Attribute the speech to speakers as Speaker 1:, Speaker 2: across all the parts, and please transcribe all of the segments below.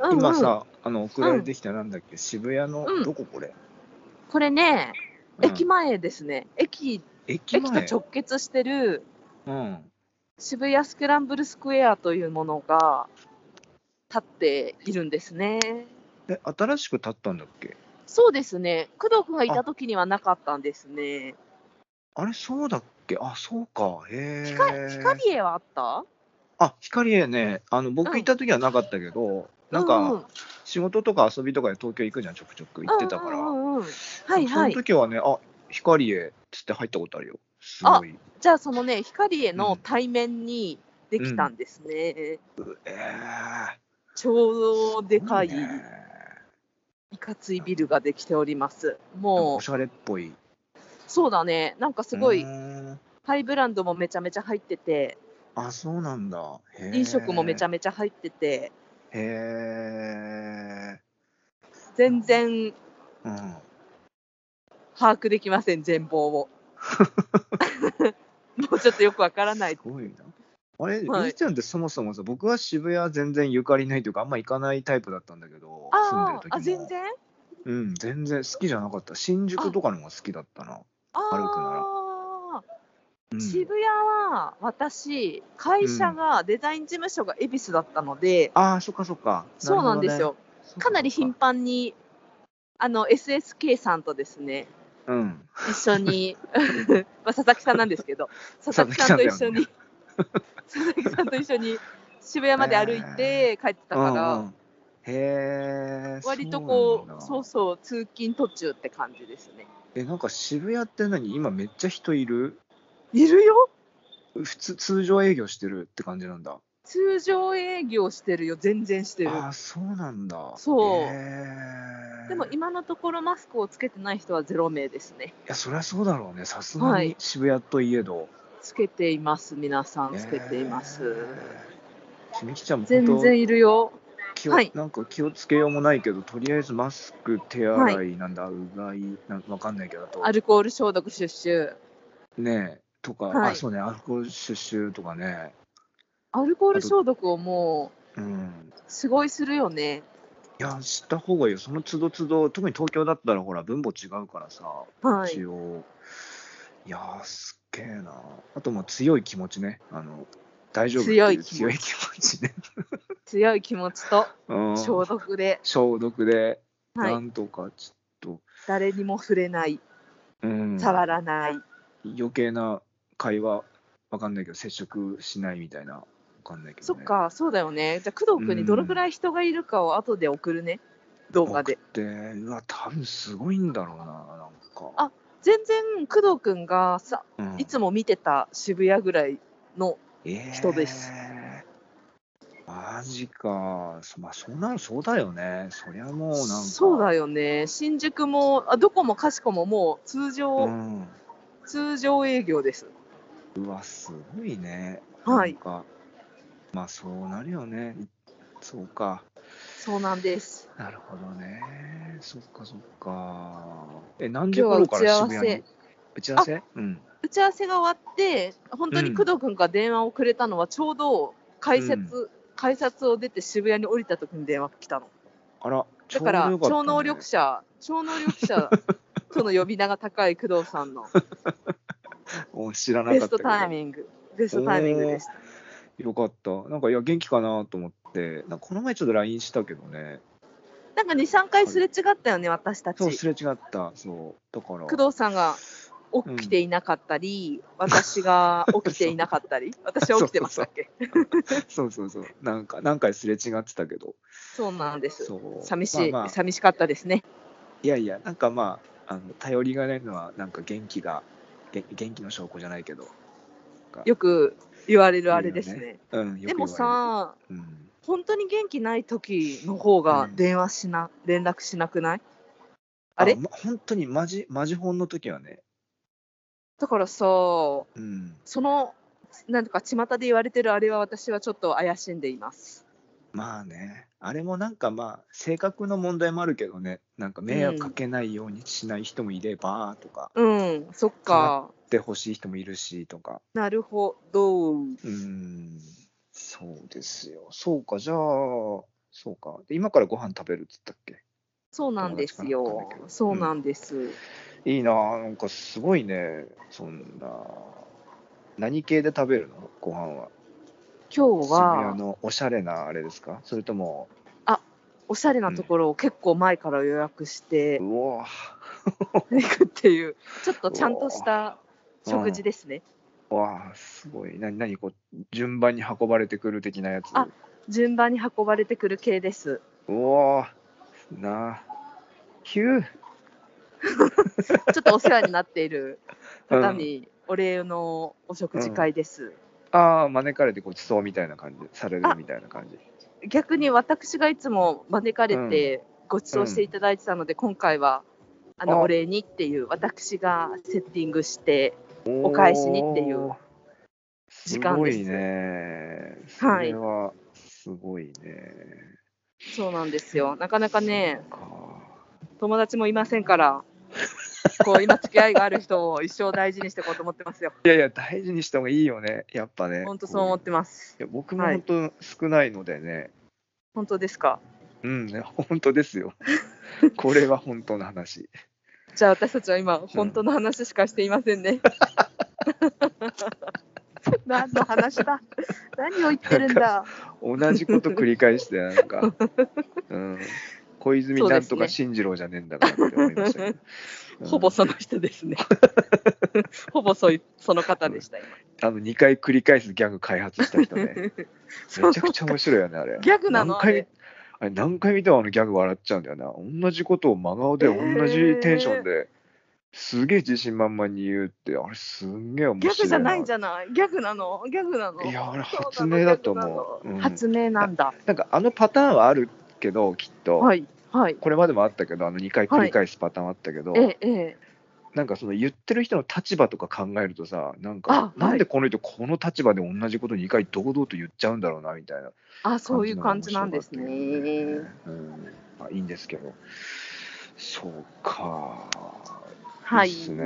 Speaker 1: うんうん
Speaker 2: 今さ、あの送られてきたなんだっけ、渋谷の、
Speaker 1: うん
Speaker 2: どここれ、
Speaker 1: これね、
Speaker 2: うん
Speaker 1: 駅前ですね駅
Speaker 2: 駅
Speaker 1: 駅と
Speaker 2: 前
Speaker 1: 直結してる
Speaker 2: うん、
Speaker 1: 渋谷スクランブルスクエアというものが建っているんですね
Speaker 2: え新しく建ったんだっけ
Speaker 1: そうですね工藤君がいた時にはなかったんですね
Speaker 2: あれそうだっけあそうかへえ
Speaker 1: ヒカヒカリエはあった
Speaker 2: あ光栄ねあの僕
Speaker 1: うん
Speaker 2: 行った時はなかったけど、なん
Speaker 1: う
Speaker 2: か仕事とか遊びとかで東京行くじゃんちょくちょく行ってたから、
Speaker 1: うんうんうんうんはい
Speaker 2: そ
Speaker 1: は
Speaker 2: の
Speaker 1: い
Speaker 2: 時はねあ光栄っつって入ったことあるよすごい
Speaker 1: じゃあそのね光への対面にできたんですね、
Speaker 2: え
Speaker 1: ちょうど
Speaker 2: え
Speaker 1: でかい
Speaker 2: すごね
Speaker 1: いかついビルができております
Speaker 2: なんか
Speaker 1: も
Speaker 2: おしゃれっぽいう
Speaker 1: そうだねなんかすごい
Speaker 2: うん
Speaker 1: ハイブランドもめちゃめちゃ入ってて
Speaker 2: あそうなんだへえ
Speaker 1: 飲食もめちゃめちゃ入ってて
Speaker 2: へえ
Speaker 1: 全然
Speaker 2: うん
Speaker 1: 把握できません全貌を もうちょっとよくわからない
Speaker 2: すごいな。あれ、
Speaker 1: はい
Speaker 2: ゆうちゃんってそもそもさ、僕は渋谷全然ゆかりないというか、あんま行かないタイプだったんだけど、 住ん
Speaker 1: あ
Speaker 2: でる時
Speaker 1: ー
Speaker 2: も
Speaker 1: あ全然
Speaker 2: うん、全然好きじゃなかった。新宿とかの方が好きだったな。
Speaker 1: あ
Speaker 2: 歩くなら
Speaker 1: あ
Speaker 2: うん、
Speaker 1: 渋谷は私会社がデザイン事務所が恵比寿だったので、
Speaker 2: ああ、そっかそっか。
Speaker 1: そうなんですよ、
Speaker 2: そっかそっか。
Speaker 1: かなり頻繁にあの SSK さんとですね
Speaker 2: うん。
Speaker 1: 一緒に まあ佐々木さんなんですけど 佐々木さんと一緒に佐々木さんと一緒に 渋谷まで歩いて帰ってたか
Speaker 2: うんう
Speaker 1: ら
Speaker 2: んへえ。
Speaker 1: 割とこうそう
Speaker 2: そなん
Speaker 1: う
Speaker 2: だ
Speaker 1: そう通勤途中って感じですね
Speaker 2: え、なんか渋谷って何今めっちゃ人いる
Speaker 1: いるよ
Speaker 2: 普通、通常営業してるって感じなんだ。
Speaker 1: 通常営業してるよ全然してる
Speaker 2: ああ、そうなんだ。
Speaker 1: そう
Speaker 2: へえ
Speaker 1: でも今のところマスクをつけてない人は0名ですね
Speaker 2: いや、そりゃそうだろうね。さすが
Speaker 1: は
Speaker 2: に
Speaker 1: い
Speaker 2: 渋谷といえど。
Speaker 1: つけています皆さんつけています、
Speaker 2: えー。みきちゃんも
Speaker 1: 全
Speaker 2: 本当
Speaker 1: 然いるよ
Speaker 2: 気を、
Speaker 1: はい
Speaker 2: なんか気をつけようもないけど、とりあえずマスク、手洗い、
Speaker 1: は
Speaker 2: なんだ、うがい、なんわかんないけど、あと、
Speaker 1: アルコール消毒シュッシュ
Speaker 2: ねえ、とか、
Speaker 1: はい
Speaker 2: あ、そうね、アルコールシュッシュとかね。
Speaker 1: アルコール消毒をも
Speaker 2: うん
Speaker 1: う。すごいするよね。
Speaker 2: いや、知った方がいいよ。その都度都度、特に東京だったら、ほら、分母違うからさ、
Speaker 1: はい
Speaker 2: 一応。いやー、すっげえな。あともう強い気持ちね。あの、大丈夫って
Speaker 1: 強
Speaker 2: い
Speaker 1: いう気持ち
Speaker 2: 強い気持ちね。
Speaker 1: 強い気持ちと
Speaker 2: うん
Speaker 1: 消毒で、
Speaker 2: 消毒で、
Speaker 1: は、
Speaker 2: ないんとかちょっ
Speaker 1: 誰にも触れない、
Speaker 2: と、うん、
Speaker 1: 触らない、
Speaker 2: 余計な会話わかんないけど接触しないみたいなわかんないけど、
Speaker 1: そ
Speaker 2: ね、
Speaker 1: っか、そうだよね。じゃあ、工藤君にどのくらい人がいるかを後で送るね、動画で。
Speaker 2: でうわ多分すごいんだろうななんか
Speaker 1: あ全然、工藤君がさ
Speaker 2: うん
Speaker 1: いつも見てた渋谷ぐらいの、
Speaker 2: えー
Speaker 1: 人です
Speaker 2: マジかそまあそんなのそうだよねそりゃもうなんか
Speaker 1: そうだよね、新宿もあ、どこもかしこももう通常、
Speaker 2: うん、
Speaker 1: 通常営業です。
Speaker 2: うわすごいね
Speaker 1: はい
Speaker 2: なんかまあそうなるよねそうか
Speaker 1: そうなんです。
Speaker 2: なるほどね。そっかそっか。え、何時
Speaker 1: 今日は
Speaker 2: 頃から
Speaker 1: 打ち合わせ
Speaker 2: 渋谷に打ち合わせうん。
Speaker 1: 打ち合わせが終わって、本当
Speaker 2: うん
Speaker 1: に工藤君が電話をくれたのは、ちょうど改札、改札を出て渋谷に降りた時に電話来たの。
Speaker 2: あら、
Speaker 1: だ
Speaker 2: ちょう
Speaker 1: か
Speaker 2: どよ
Speaker 1: ら、
Speaker 2: かった、ね。
Speaker 1: 超能力者、超能力 者との呼び名が高い工藤さんの
Speaker 2: お知らなかっ
Speaker 1: ベ
Speaker 2: た
Speaker 1: ス
Speaker 2: けど。
Speaker 1: トタイミング、ベストタイミングでした。
Speaker 2: よかった。なんか、いや、元気かなと思って、なんかこの前ちょっと LINE したけどね。
Speaker 1: なんか2、3回すれ違ったよね、私たち。
Speaker 2: そう、すれ違った。そう。だから。
Speaker 1: 工藤さんが起きていなかったり、私が起きていなかった り、私は起きてましたっけ
Speaker 2: そうそうそう。なんか、何回すれ違ってたけど。
Speaker 1: そうなんです。
Speaker 2: そう。
Speaker 1: 寂しい、
Speaker 2: まあまあ、
Speaker 1: 寂しかったですね。
Speaker 2: いやいや、なんかまあ、あの頼りがないのは、なんか元気が、げ元気の証拠じゃないけど。
Speaker 1: よく言われるあれです
Speaker 2: 言う
Speaker 1: ね
Speaker 2: うん、よく言われる
Speaker 1: でも、さ、
Speaker 2: うん、
Speaker 1: 本当に元気ない時の方が
Speaker 2: うん
Speaker 1: 電話しな、連絡しなくないあれ
Speaker 2: ま本当にマジ、マジ本の時はね。
Speaker 1: だからさ、そ
Speaker 2: うん。
Speaker 1: の、なんとか巷で言われてるあれは私はちょっと怪しんでいます。
Speaker 2: まあね。あれもなんかまあ、性格の問題もあるけどね。なんか迷惑かけないようにしない人もいれば、とか、
Speaker 1: うん、そっか。
Speaker 2: で欲しい人もいるし、とか。
Speaker 1: なるほど。
Speaker 2: うん。そうですよ。そうか、じゃあ、そうか。で、今からご飯食べるっつったっけ
Speaker 1: そうなんです
Speaker 2: 友達
Speaker 1: よ
Speaker 2: からだけ。ど
Speaker 1: そうなんです。
Speaker 2: いいなあなんかすごいね、そんな。何系で食べるのご飯は。
Speaker 1: 今日
Speaker 2: 渋谷
Speaker 1: は
Speaker 2: のおしゃれなあれですかそれとも、
Speaker 1: おしゃれなところを結構前から予約して
Speaker 2: うおー
Speaker 1: 行くっていう、ちょっとちゃんとした食事ですね。
Speaker 2: うわあ、すごい。なになにこう、順番に運ばれてくる的なやつ。
Speaker 1: あ順番に運ばれてくる系です。
Speaker 2: うおーなあ。ヒュー。
Speaker 1: ちょっとお世話になっている方
Speaker 2: うん
Speaker 1: にお礼のお食事会です。
Speaker 2: ああ、招かれてごちそうみたいな感じ、されるみたいな感じ。
Speaker 1: 逆に私がいつも招かれてご馳走していただいてたので、今回はあ
Speaker 2: あ
Speaker 1: のお礼にっていう私がセッティングしてお返しにっていう
Speaker 2: おー
Speaker 1: 時間です
Speaker 2: すごいね。そ
Speaker 1: はい
Speaker 2: れはすごいね。
Speaker 1: そうなんですよなかなかね
Speaker 2: そうか
Speaker 1: 友達もいませんからこう今付き合いがある人を一生大事にしていこうと思ってますよ
Speaker 2: いやいや、大事にした方がいいよね、やっぱ ね。
Speaker 1: 本当そう思ってます
Speaker 2: いや僕も
Speaker 1: はい
Speaker 2: 本当少ないのでね、
Speaker 1: 本当ですか
Speaker 2: うんね、本当ですよ。 これは本当の話。
Speaker 1: じゃあ私たちは今本当の話しかしていませんね、 何の話だ何を言ってるんだ
Speaker 2: 同じこと繰り返して、なん か、うん、小泉なん
Speaker 1: そ
Speaker 2: と
Speaker 1: うで
Speaker 2: か
Speaker 1: す
Speaker 2: 進次郎じゃねえんだからって思いましたけど。うん
Speaker 1: ほぼその人です ね。ほぼそういその方でした、今。
Speaker 2: あの2回繰り返すギャグ開発した人ね。めちゃくちゃ面白いよね、あれ。
Speaker 1: ギャグなの
Speaker 2: 何
Speaker 1: あ
Speaker 2: 回
Speaker 1: れ
Speaker 2: あれ何回見てもあのギャグ笑っちゃうんだよな。同じことを真顔で、
Speaker 1: えー
Speaker 2: 同じテンションで、すげえ自信満々に言うって、あれすんげえ面白い
Speaker 1: ギャ
Speaker 2: な。
Speaker 1: グじゃないんじ
Speaker 2: ゃ
Speaker 1: ゃないギャグなのギャグなの
Speaker 2: いや、あれ
Speaker 1: そうなの
Speaker 2: 発明だと思う。
Speaker 1: ギャグなの
Speaker 2: うん
Speaker 1: 発明なんだ。
Speaker 2: なんかあのパターンはあるけど、きっと。
Speaker 1: はい。はい。
Speaker 2: これまでもあったけど、あの2回繰り返すパターンあったけど、
Speaker 1: ええ、ええ。
Speaker 2: なんかその言ってる人の立場とか考えるとさ、なんか、
Speaker 1: あはい
Speaker 2: なんでこの人この立場で同じこと2回堂々と言っちゃうんだろうなみたいな。
Speaker 1: あ、そういう感じなんですね。
Speaker 2: うん、まあいいんですけど。そうか。
Speaker 1: はい
Speaker 2: いですね。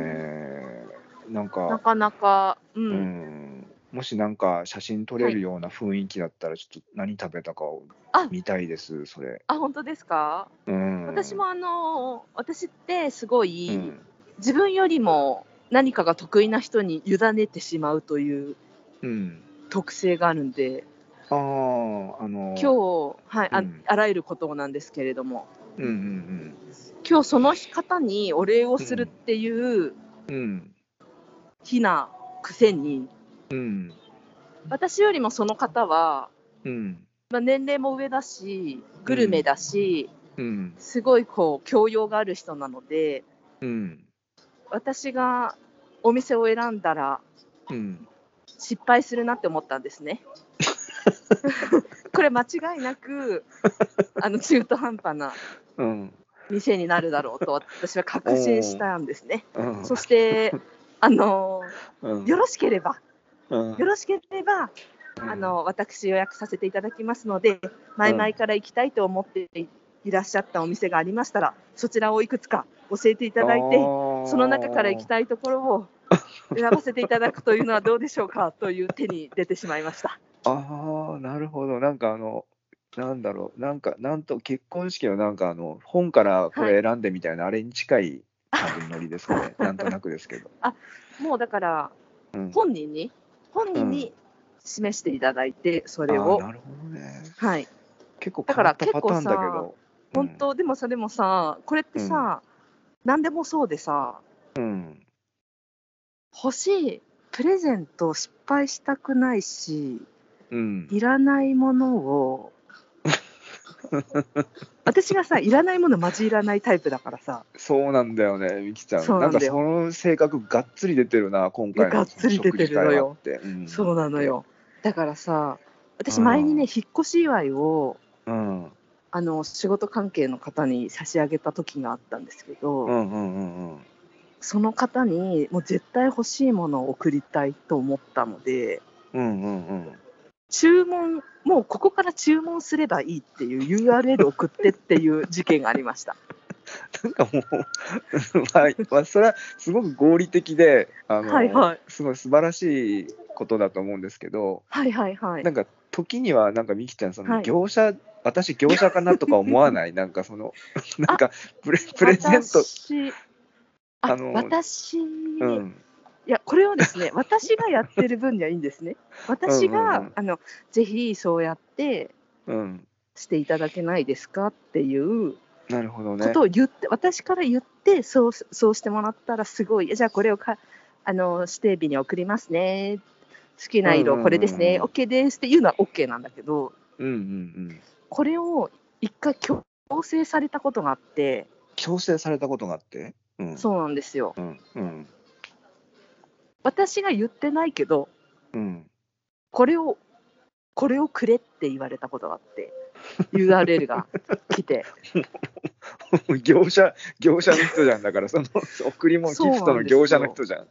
Speaker 2: なん
Speaker 1: な
Speaker 2: か、
Speaker 1: かなか、う。
Speaker 2: うんん、もしなんか写真撮れるような雰囲気だったら、ちょっと何食べたかを
Speaker 1: あ
Speaker 2: 見たいです、それ。
Speaker 1: あ、本当ですか、
Speaker 2: うん、
Speaker 1: 私もあのー私ってすご
Speaker 2: う
Speaker 1: い、
Speaker 2: ん、
Speaker 1: 自分よりも何かが得意な人に委ねてしまうという
Speaker 2: うん。
Speaker 1: 特性があるんで、
Speaker 2: ああ、あの、
Speaker 1: 今日、はいあ
Speaker 2: うん
Speaker 1: あらゆることなんですけれども、
Speaker 2: うんうん
Speaker 1: 今日その方にお礼をするっていう
Speaker 2: うん。うん。
Speaker 1: 日なくせに、
Speaker 2: うん。
Speaker 1: 私よりもその方は、
Speaker 2: うん。
Speaker 1: まあ、年齢も上だし、グルメだし、
Speaker 2: うん。
Speaker 1: すごいこう教養がある人なので、
Speaker 2: うん。
Speaker 1: 私がお店を選んだら
Speaker 2: うん。
Speaker 1: 失敗するなって思ったんですね。 これ間違いな くあの中途半端な
Speaker 2: うん。
Speaker 1: 店になるだろうと私は確信したんですね。
Speaker 2: うん
Speaker 1: そして、あの
Speaker 2: うん
Speaker 1: よろしければ、
Speaker 2: うん
Speaker 1: よろしければ、あの私、予約させていただきますので、前々から行きたいと思っていらっしゃったお店がありましたら、そちらをいくつか教えていただいて、その中から行き
Speaker 2: た
Speaker 1: たいところを選ばせていただくというのはどうでしょうかという手に出てしまいました。
Speaker 2: ああなるほどなんかあのなんだろうなんかなんと結婚式のなんかあの本からこれ選んでみたいな、あれに近 い多分ノリですかねなんとなくですけど、
Speaker 1: もうだから、
Speaker 2: うん、
Speaker 1: 本人に、本人に示していただいて、それを
Speaker 2: あー。なるほどね
Speaker 1: はい
Speaker 2: 結構
Speaker 1: だか
Speaker 2: 変わ
Speaker 1: ら
Speaker 2: ったパターンだけど
Speaker 1: 本当、でもさでもさこれってさ、何でもそうでさ
Speaker 2: うん
Speaker 1: 欲しいプレゼントを失敗したくないし
Speaker 2: うん
Speaker 1: いらないもの を私がさいらないものマジいらないタイプだからさ
Speaker 2: そうなんだよねみきちゃん
Speaker 1: そう
Speaker 2: な
Speaker 1: なんん
Speaker 2: か
Speaker 1: だよ
Speaker 2: その性格がっつり出てるな今回の
Speaker 1: がっつり出てるのよ
Speaker 2: 食事会があって、うん、
Speaker 1: そうなのよだからさ私
Speaker 2: うん
Speaker 1: 前にね引っ越し祝いを
Speaker 2: うんうん
Speaker 1: あの仕事関係の方に差し上げた時があったんですけど、
Speaker 2: うんうんうん
Speaker 1: その方にもう絶対欲しいものを送りたいと思ったので
Speaker 2: うんうんうん
Speaker 1: 注文もうここから注文すればいいっていう URL 送ってっていう事件がありました
Speaker 2: なんかもう、 まあまあ、それはすごく合理的で、あの
Speaker 1: はいはい
Speaker 2: すごい素晴らしいことだと思うんですけど、
Speaker 1: はいはいはい
Speaker 2: なんか時には、なんかみきちゃん、その
Speaker 1: はい
Speaker 2: 業者私、業者かなとか思わ ない、なんかその、なんかプレプレゼント、
Speaker 1: 私あ
Speaker 2: あの
Speaker 1: 私、
Speaker 2: うん、
Speaker 1: いやこれは ですね私がやってる分にはいいんですね私が、
Speaker 2: うんうんうん
Speaker 1: あのぜひそうやって
Speaker 2: うん、
Speaker 1: していただけないですかっていう
Speaker 2: なるほど
Speaker 1: こ
Speaker 2: ね
Speaker 1: と。を言って、私から言ってそうそうしてもらったらすごいじゃあこれをかあの指定日に送りますね好きな
Speaker 2: うんうんうん
Speaker 1: 色
Speaker 2: うん
Speaker 1: これですね、OK ですっていうのは OK なんだけど
Speaker 2: うんうんうん。
Speaker 1: これを一回強制されたことがあって
Speaker 2: 強制されたことがあって、うん、
Speaker 1: そうなんですよ
Speaker 2: うん、うん、
Speaker 1: 私が言ってないけど
Speaker 2: うん。
Speaker 1: これをこれをくれって言われたことがあって URL が来 て
Speaker 2: 業者、業者の人じゃんだから、 その贈り物ギ
Speaker 1: そうなん
Speaker 2: フトの業者の人じゃん。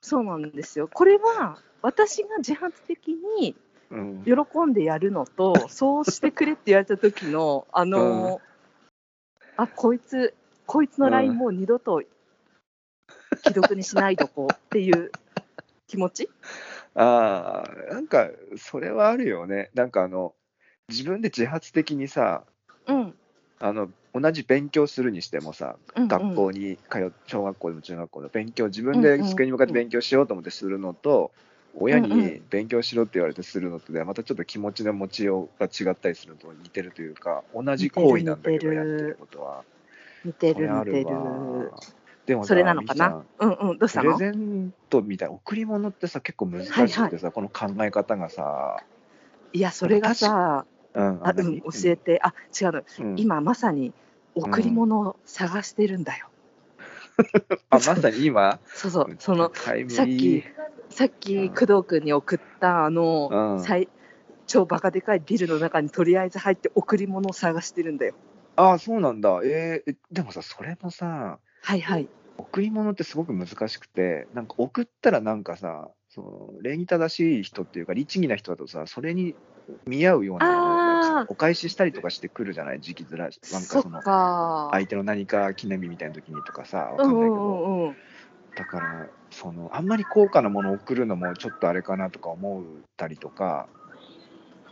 Speaker 1: そうなんですよこれは私が自発的に
Speaker 2: うん、
Speaker 1: 喜んでやるの とそうしてくれって言われた時のあのー、あこいつこいつの LINE もう二度と既読にしないとこうっていう気持ち
Speaker 2: ああ、なんか、それはあるよね。なんかあの、自分で自発的にさ、
Speaker 1: うん
Speaker 2: あの同じ勉強するにしてもさ、
Speaker 1: うん
Speaker 2: 学校に通う小学校でも中学校の勉強自分で机に向かって勉強しようと思ってするのと、親
Speaker 1: うんう
Speaker 2: に勉強しろって言われてするのとではまたちょっと気持ちの持ちようが違ったりするのと似てるというか同じ行為なんだけ
Speaker 1: 似て
Speaker 2: ど
Speaker 1: る
Speaker 2: やってることは
Speaker 1: 似て
Speaker 2: これ
Speaker 1: る
Speaker 2: あ
Speaker 1: 似て
Speaker 2: る
Speaker 1: る
Speaker 2: わでもさ
Speaker 1: それなのか
Speaker 2: みき
Speaker 1: なうんうんどうし
Speaker 2: ちゃ
Speaker 1: た
Speaker 2: んプレ
Speaker 1: の
Speaker 2: ゼントみたいな贈り物ってさ結構難しくてさ、
Speaker 1: はい
Speaker 2: この考え方がさ、
Speaker 1: いやそれがさ
Speaker 2: うん
Speaker 1: あうん教えてあ違うの
Speaker 2: うん
Speaker 1: 今まさに贈り物を探してるんだよ、
Speaker 2: あまさに今
Speaker 1: そうそうその
Speaker 2: タイムリー
Speaker 1: さっきさっき
Speaker 2: うん
Speaker 1: 工藤君に送ったあの、
Speaker 2: うん
Speaker 1: 最超バカでかいビルの中にとりあえず入って贈り物を探してるんだよ。
Speaker 2: ああそうなんだえーえでもさそれもさ
Speaker 1: はいはい。
Speaker 2: 贈り物ってすごく難しくてなんか送ったらなんかさその礼儀正しい人っていうか律儀な人だとさそれに見合うようなものを
Speaker 1: あー
Speaker 2: なんかお返ししたりとかしてくるじゃない時期ずらしなん
Speaker 1: そ
Speaker 2: か
Speaker 1: っ
Speaker 2: その
Speaker 1: か。
Speaker 2: 相手の何か記念日みたいな時にとかさわ
Speaker 1: う
Speaker 2: かん
Speaker 1: ん
Speaker 2: な
Speaker 1: う
Speaker 2: いけど、
Speaker 1: んうん。
Speaker 2: だからそのあんまり高価なものを送るのもちょっとあれかなとか思ったりとか、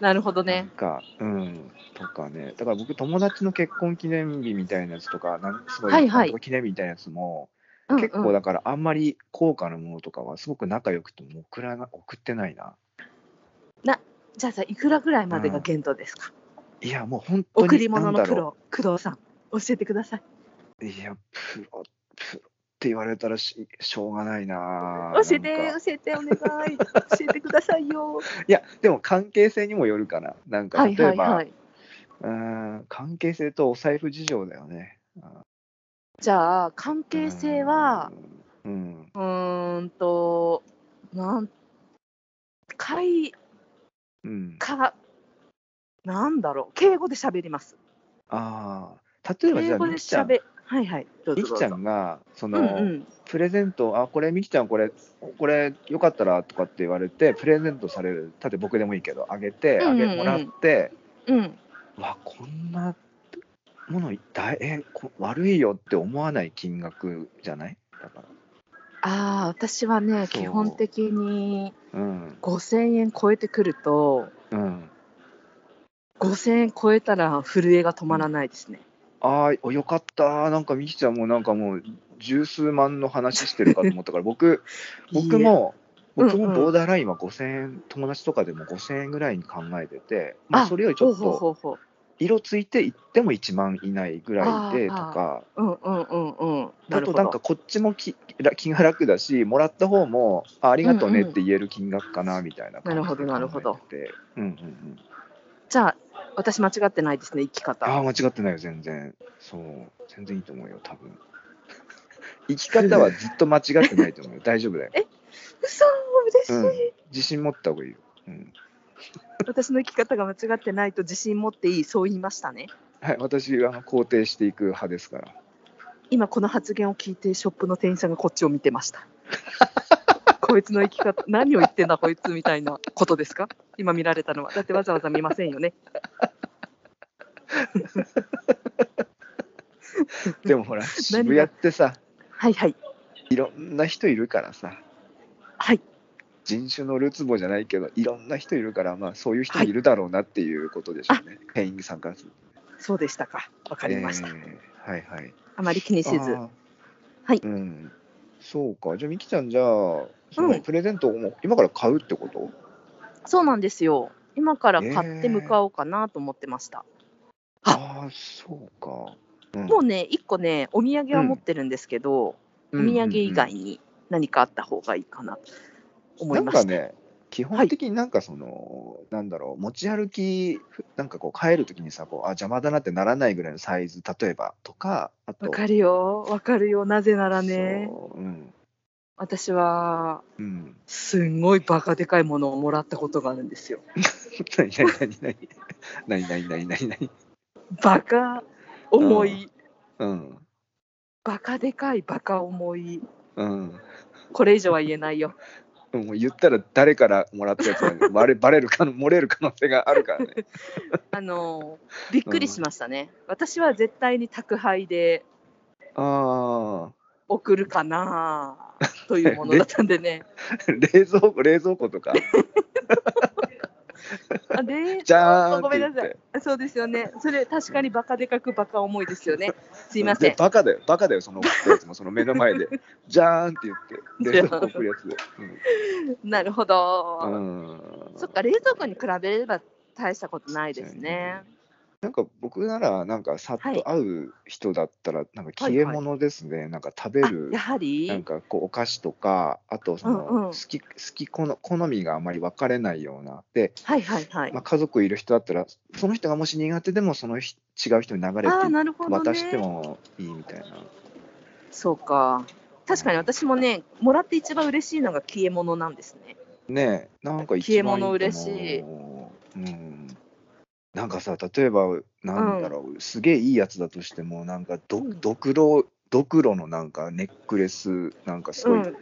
Speaker 1: なるほど
Speaker 2: なん
Speaker 1: ね。
Speaker 2: かうんとかねだから僕友達の結婚記念日みたいなやつとかなんすごい、
Speaker 1: はいはい
Speaker 2: なんとか記念日みたいなやつも
Speaker 1: うんうん
Speaker 2: 結構だからあんまり高価なものとかはすごく仲良くても送らな送ってないな。
Speaker 1: じゃあさいくらぐらいまでが限度ですか。
Speaker 2: いやもう本当に
Speaker 1: 贈り物
Speaker 2: な
Speaker 1: の
Speaker 2: んだ
Speaker 1: プ
Speaker 2: ろ
Speaker 1: ロ工藤さん教えてください。
Speaker 2: ういやプロプロって言われたらししょうがないな。
Speaker 1: 教えて
Speaker 2: なんか
Speaker 1: 教えてお願い教えてくださいよ。
Speaker 2: いやでも関係性にもよるかな。なんか
Speaker 1: は
Speaker 2: 例
Speaker 1: い
Speaker 2: え
Speaker 1: は
Speaker 2: ば、
Speaker 1: いはい。
Speaker 2: うーん関係性とお財布事情だよね。
Speaker 1: じゃあ関係性は
Speaker 2: うん。うん
Speaker 1: うーんとなん会
Speaker 2: うん、
Speaker 1: かなんだろう敬語で喋ります。
Speaker 2: ああ例えばじ
Speaker 1: 英
Speaker 2: ゃあ
Speaker 1: 語
Speaker 2: み
Speaker 1: で
Speaker 2: きちゃん
Speaker 1: 喋はいはいどうぞど
Speaker 2: みき
Speaker 1: う
Speaker 2: ち
Speaker 1: ぞ
Speaker 2: ゃんがその、
Speaker 1: うんうん
Speaker 2: プレゼント、あ、これ、みきちゃん、これ、これ、よかったらとかって言われて、プレゼントされる、例えば僕でもいいけど、あげて、
Speaker 1: うん
Speaker 2: あ
Speaker 1: うんう
Speaker 2: げ
Speaker 1: ん
Speaker 2: もらって、
Speaker 1: うん
Speaker 2: わ、こんなもの、大変、こ悪いよって思わない金額じゃないだか
Speaker 1: ああ私はね
Speaker 2: そう
Speaker 1: 基本的に
Speaker 2: ら。うん、
Speaker 1: 5000円超えてくると
Speaker 2: うん。
Speaker 1: 5000円超えたら震えが止まらないですね、
Speaker 2: あーおよかった、なんかみきちゃんも、なんかもう、十数万の話してるかと思ったから、僕、僕も、
Speaker 1: いいえ
Speaker 2: 僕
Speaker 1: うんう
Speaker 2: も
Speaker 1: ん
Speaker 2: ボーダーラインは5000円、友達とかでも5000円ぐらいに考えてて、まあ、それよりちょっ
Speaker 1: ほう
Speaker 2: と、
Speaker 1: ほうほうほ
Speaker 2: 色ついていっても1万以内ぐらいでとか、
Speaker 1: ううんうんうんうんな
Speaker 2: だ
Speaker 1: る
Speaker 2: と
Speaker 1: ほ
Speaker 2: なんか
Speaker 1: ど
Speaker 2: こっちもきら気が楽だし、もらった方もあありがとうね
Speaker 1: うんうん
Speaker 2: って言える金額かなみたいな感じで考えてて、
Speaker 1: なるほどな
Speaker 2: うんうんうん、
Speaker 1: じゃあ私間違ってないですね生き
Speaker 2: あ
Speaker 1: 方
Speaker 2: あ、間違ってないよ、全然。そう、全然いいと思うよ、多 分生き方はずっと間違ってないと思うよ、大丈夫だよ。
Speaker 1: 嘘
Speaker 2: う
Speaker 1: 嬉
Speaker 2: ん
Speaker 1: しい、、
Speaker 2: 自信持った方がいいよ。うん
Speaker 1: 私の生き方が間違ってないと自信持っていいそう言いましたね
Speaker 2: はい、私あの肯定していく派です から。
Speaker 1: 今この発言を聞いてショップの店員さんがこっちを見てました こいつの生き方何を言ってんだこいつみたいなことですか今見られたのはだってわざわざ見ませんよね
Speaker 2: でもほら、渋谷ってさ、
Speaker 1: はいはい
Speaker 2: いろんな人いるからさ、
Speaker 1: はい
Speaker 2: 人種のるつぼじゃないけど、いろんな人いるから、まあ、そういう人いるだろうなっていうことでしょうね、店員さんからすると。
Speaker 1: そうでしたか。わかりました。
Speaker 2: えーはいはい。
Speaker 1: あまり気にせず
Speaker 2: あ。ー
Speaker 1: はい
Speaker 2: うん。そうか。じゃあ、みきちゃん、じゃあ、そ
Speaker 1: う
Speaker 2: の
Speaker 1: ん
Speaker 2: プレゼントをもう今から買うってこと
Speaker 1: そうなんですよ。今から買って向かおうかなと思ってました。
Speaker 2: ああー、そうか。うん
Speaker 1: もうね、一個ね、お土産は持ってるんですけど、
Speaker 2: う
Speaker 1: お
Speaker 2: ん
Speaker 1: 土産以
Speaker 2: うん
Speaker 1: 外に何かあった方がいいかなと思
Speaker 2: ないん
Speaker 1: ま
Speaker 2: か
Speaker 1: した。
Speaker 2: ね、基本的になんかその、なんだろう、持ち歩き、ふなんかこう、帰るときにさ、こうあ邪魔だなってならないぐらいのサイズ、例えばとか、あと、
Speaker 1: わかるよ、わかるよ。なぜならね、
Speaker 2: そううん、
Speaker 1: 私は
Speaker 2: うん。
Speaker 1: すんごいバカでかいものをもらったことがあるんですよ。
Speaker 2: 何何何何何何何何
Speaker 1: バカ重い、
Speaker 2: うん。
Speaker 1: バカでかい、バカ重い。
Speaker 2: うん。
Speaker 1: これ以上は言えないよ。
Speaker 2: もう言ったら誰からもらったやつがバレバレるかの漏れる可能性があるからね。
Speaker 1: あのーびっくりしましたね。私は絶対に宅配で
Speaker 2: あ
Speaker 1: 送るかなというものだったんで ね。
Speaker 2: あ、冷蔵庫冷蔵庫とか、
Speaker 1: あで
Speaker 2: じゃーんっ
Speaker 1: ごめ
Speaker 2: て
Speaker 1: ん
Speaker 2: 言っ
Speaker 1: な
Speaker 2: て
Speaker 1: さい。そうですよね。それ確かにバカでかくバカ重いですよね。すいません
Speaker 2: で。バカだよ、バカだよ、そのやつも、その目の前 で、じゃーんって言って、冷蔵庫送るやつで。
Speaker 1: なるほ
Speaker 2: う
Speaker 1: ど。
Speaker 2: ん。うん
Speaker 1: そっか、冷蔵庫に比べれば大したことないですね。
Speaker 2: なんか僕なら、なんかさっと会う人だったら、なんか消え物ですね、なんか食べ
Speaker 1: あ
Speaker 2: る
Speaker 1: や、は
Speaker 2: なん
Speaker 1: り、
Speaker 2: かこうお菓子とか、あとそ
Speaker 1: うんうん
Speaker 2: の好き、好き好好みがあまり分かれないような。で、
Speaker 1: はいはいはい
Speaker 2: まあ、。家族いる人だったら、その人がもし苦手でも、その日違う人に流れて
Speaker 1: ああ、なるほど
Speaker 2: 渡して
Speaker 1: ね。
Speaker 2: もいいみたいな。
Speaker 1: そうか。確かに私もね、もらって一番嬉しいのが消え物なんですね。
Speaker 2: ねえ、なんか
Speaker 1: 消
Speaker 2: 一番
Speaker 1: え物嬉しい
Speaker 2: いかな。うん。なんかさ、例えば、なんだろう、すげえいいやつだとしても、なんかド、
Speaker 1: うん
Speaker 2: ドクロ、ドクロのなんかネックレス、なんかす
Speaker 1: う
Speaker 2: ごい、
Speaker 1: ん。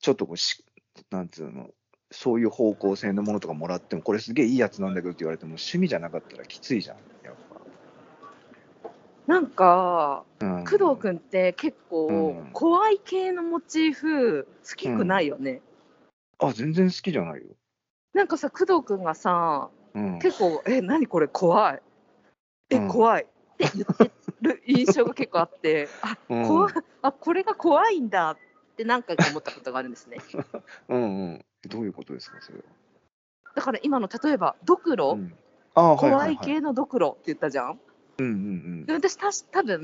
Speaker 2: ちょっとこうし、なんつうの、そういう方向性のものとかもらっても、これすげえいいやつなんだけどって言われても、趣味じゃなかったらきついじゃん、やっ
Speaker 1: なんか、
Speaker 2: ぱ。うん、
Speaker 1: 工藤君って結構
Speaker 2: うん
Speaker 1: 怖い系のモチーフ好きくないよね、
Speaker 2: あ、全然好きじゃないよ。
Speaker 1: なんかさ工藤君がさ
Speaker 2: うん。
Speaker 1: 結構「え何これ怖い」え「
Speaker 2: うん
Speaker 1: 怖い」って言ってる印象が結構あ って「あ
Speaker 2: うん
Speaker 1: 怖いあこれが怖いんだ」って何回か思ったことがあるんですね
Speaker 2: うんうん。どういうことですか、それは。
Speaker 1: だから今の例えば「ドクロ」
Speaker 2: うんあー、はいは
Speaker 1: 怖
Speaker 2: い
Speaker 1: い
Speaker 2: はい。
Speaker 1: 系のドクロって言ったじゃん
Speaker 2: うんうん
Speaker 1: で私たし多分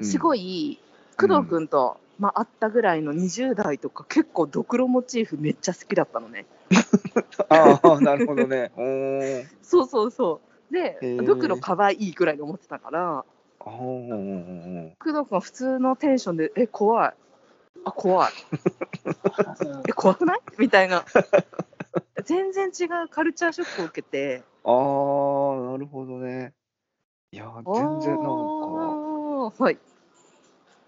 Speaker 2: うん。
Speaker 1: す
Speaker 2: い。
Speaker 1: ごい工藤君と、まあ、会ったぐらいの20代とか結構ドクロモチーフめっちゃ好きだったのね
Speaker 2: ああ、なるほ どね。おー
Speaker 1: そうそうそう。で、
Speaker 2: へー
Speaker 1: ドクロ可愛いぐらいに思ってたから、
Speaker 2: あー
Speaker 1: 工藤君は普通のテンションで、え、怖い。あ、怖い。え、怖くないみたいな。全然違うカルチャーショックを受けて、
Speaker 2: あー、なるほどね。いやー、全然なんか、
Speaker 1: おーはい。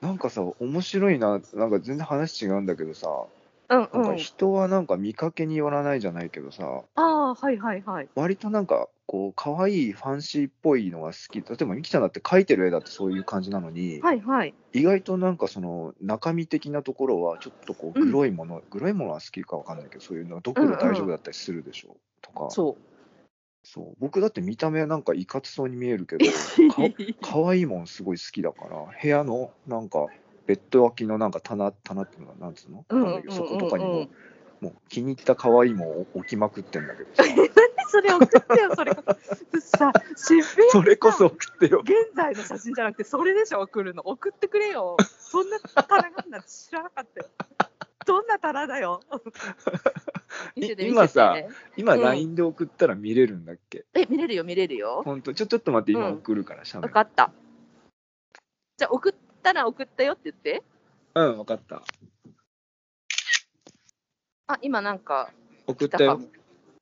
Speaker 2: なんかさ、面白いな、なんか全然話違うんだけどさ、
Speaker 1: うん
Speaker 2: なん
Speaker 1: う
Speaker 2: か
Speaker 1: ん。
Speaker 2: 人はなんか見かけによらないじゃないけどさ、
Speaker 1: ああ、はいはいはい。
Speaker 2: 割となんか、こう、可愛いファンシーっぽいのが好き。例えば、ミキちゃんだって描いてる絵だってそういう感じなのに、
Speaker 1: はいはい。
Speaker 2: 意外となんかその中身的なところはちょっとこう
Speaker 1: うん
Speaker 2: グロいもの、グロいものは好きかわかんないけどそういうのはどこ
Speaker 1: うんう
Speaker 2: で
Speaker 1: ん
Speaker 2: 大丈夫だったりするでしょう、とか
Speaker 1: そ
Speaker 2: そう僕だって見た目はなんかいかつそうに見えるけど
Speaker 1: う。
Speaker 2: かわいいもんすごい好きだから部屋のなんかベッド脇のなんか棚棚っていうのはなんつうの、
Speaker 1: うんうん
Speaker 2: な
Speaker 1: うん
Speaker 2: だ
Speaker 1: ん
Speaker 2: け
Speaker 1: う
Speaker 2: どそことかにも
Speaker 1: ん。
Speaker 2: もう気に入ったかわいいもんを置きまくってんだ けどさ
Speaker 1: それ送ってよ、それ。さ、渋谷
Speaker 2: それこそ送ってよ
Speaker 1: 現在の写真じゃなくてそれでしょ送るの送ってくれよそんな棚があるなんて知らなかったよどんな棚だ よ見せて
Speaker 2: 今さ
Speaker 1: 見せて
Speaker 2: 今
Speaker 1: うん
Speaker 2: LINE で送ったら見れるんだっけ、
Speaker 1: え見れるよ見れるよ
Speaker 2: ほんとちょちょっと待って今
Speaker 1: うん
Speaker 2: 送るから写メ
Speaker 1: 分かったじゃあ送ったら送ったよって言って
Speaker 2: うん分かった
Speaker 1: あ今なんか
Speaker 2: 送っ
Speaker 1: 来た
Speaker 2: た
Speaker 1: か
Speaker 2: よ
Speaker 1: も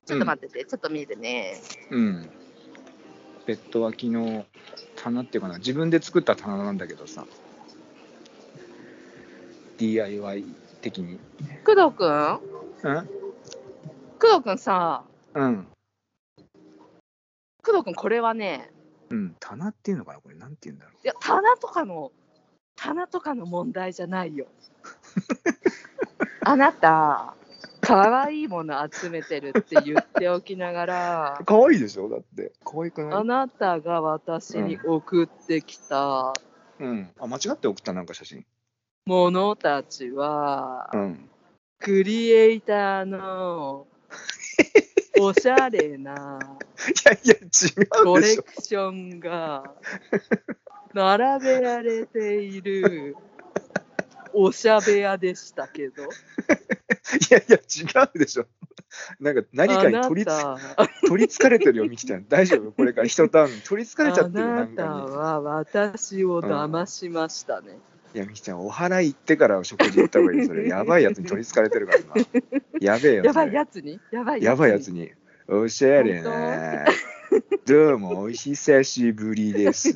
Speaker 1: ちょっと待ってて、ちょっと見てね
Speaker 2: うん。ベッド脇の棚っていうかな、自分で作った棚なんだけどさ。DIY 的に。
Speaker 1: 工藤くん
Speaker 2: うん
Speaker 1: 工藤くんさ
Speaker 2: うん。
Speaker 1: 工藤くんこれはね
Speaker 2: うん。棚っていうのかなこれ、なんて言うんだろ
Speaker 1: いや棚とかの 棚とかの問題じゃないよあなた可愛いもの集めてるって言っておきながら
Speaker 2: 可愛いでしょだって。可愛くな
Speaker 1: あ
Speaker 2: い
Speaker 1: なたが私に送ってきた
Speaker 2: うん。あ、間違って送ったなんか写真。
Speaker 1: ものたちは、
Speaker 2: うん。
Speaker 1: クリエイターのおしゃれない
Speaker 2: やいや、違
Speaker 1: コ
Speaker 2: うで
Speaker 1: レ
Speaker 2: しょ
Speaker 1: ク。ションが並べられているおしゃべやでしたけど、
Speaker 2: いやいや、違うでしょ。なんか何か
Speaker 1: あ
Speaker 2: に
Speaker 1: な
Speaker 2: 取りつ
Speaker 1: た
Speaker 2: 取りつかれてるよ、みきちゃん。大丈夫これから一ターン。取りつかれちゃ
Speaker 1: あ
Speaker 2: ってるよ、な
Speaker 1: なんた
Speaker 2: か
Speaker 1: は私を騙しましたね。
Speaker 2: に。いや、みきちゃん、お祓い行ってから食事行った方がいい。それ、やばいやつに取りつかれてる から、今。やべえよ。
Speaker 1: やば
Speaker 2: そ
Speaker 1: い
Speaker 2: れ
Speaker 1: やつにやばい
Speaker 2: やばいや
Speaker 1: に
Speaker 2: つに。おしゃれな。どうも、お久しぶり です。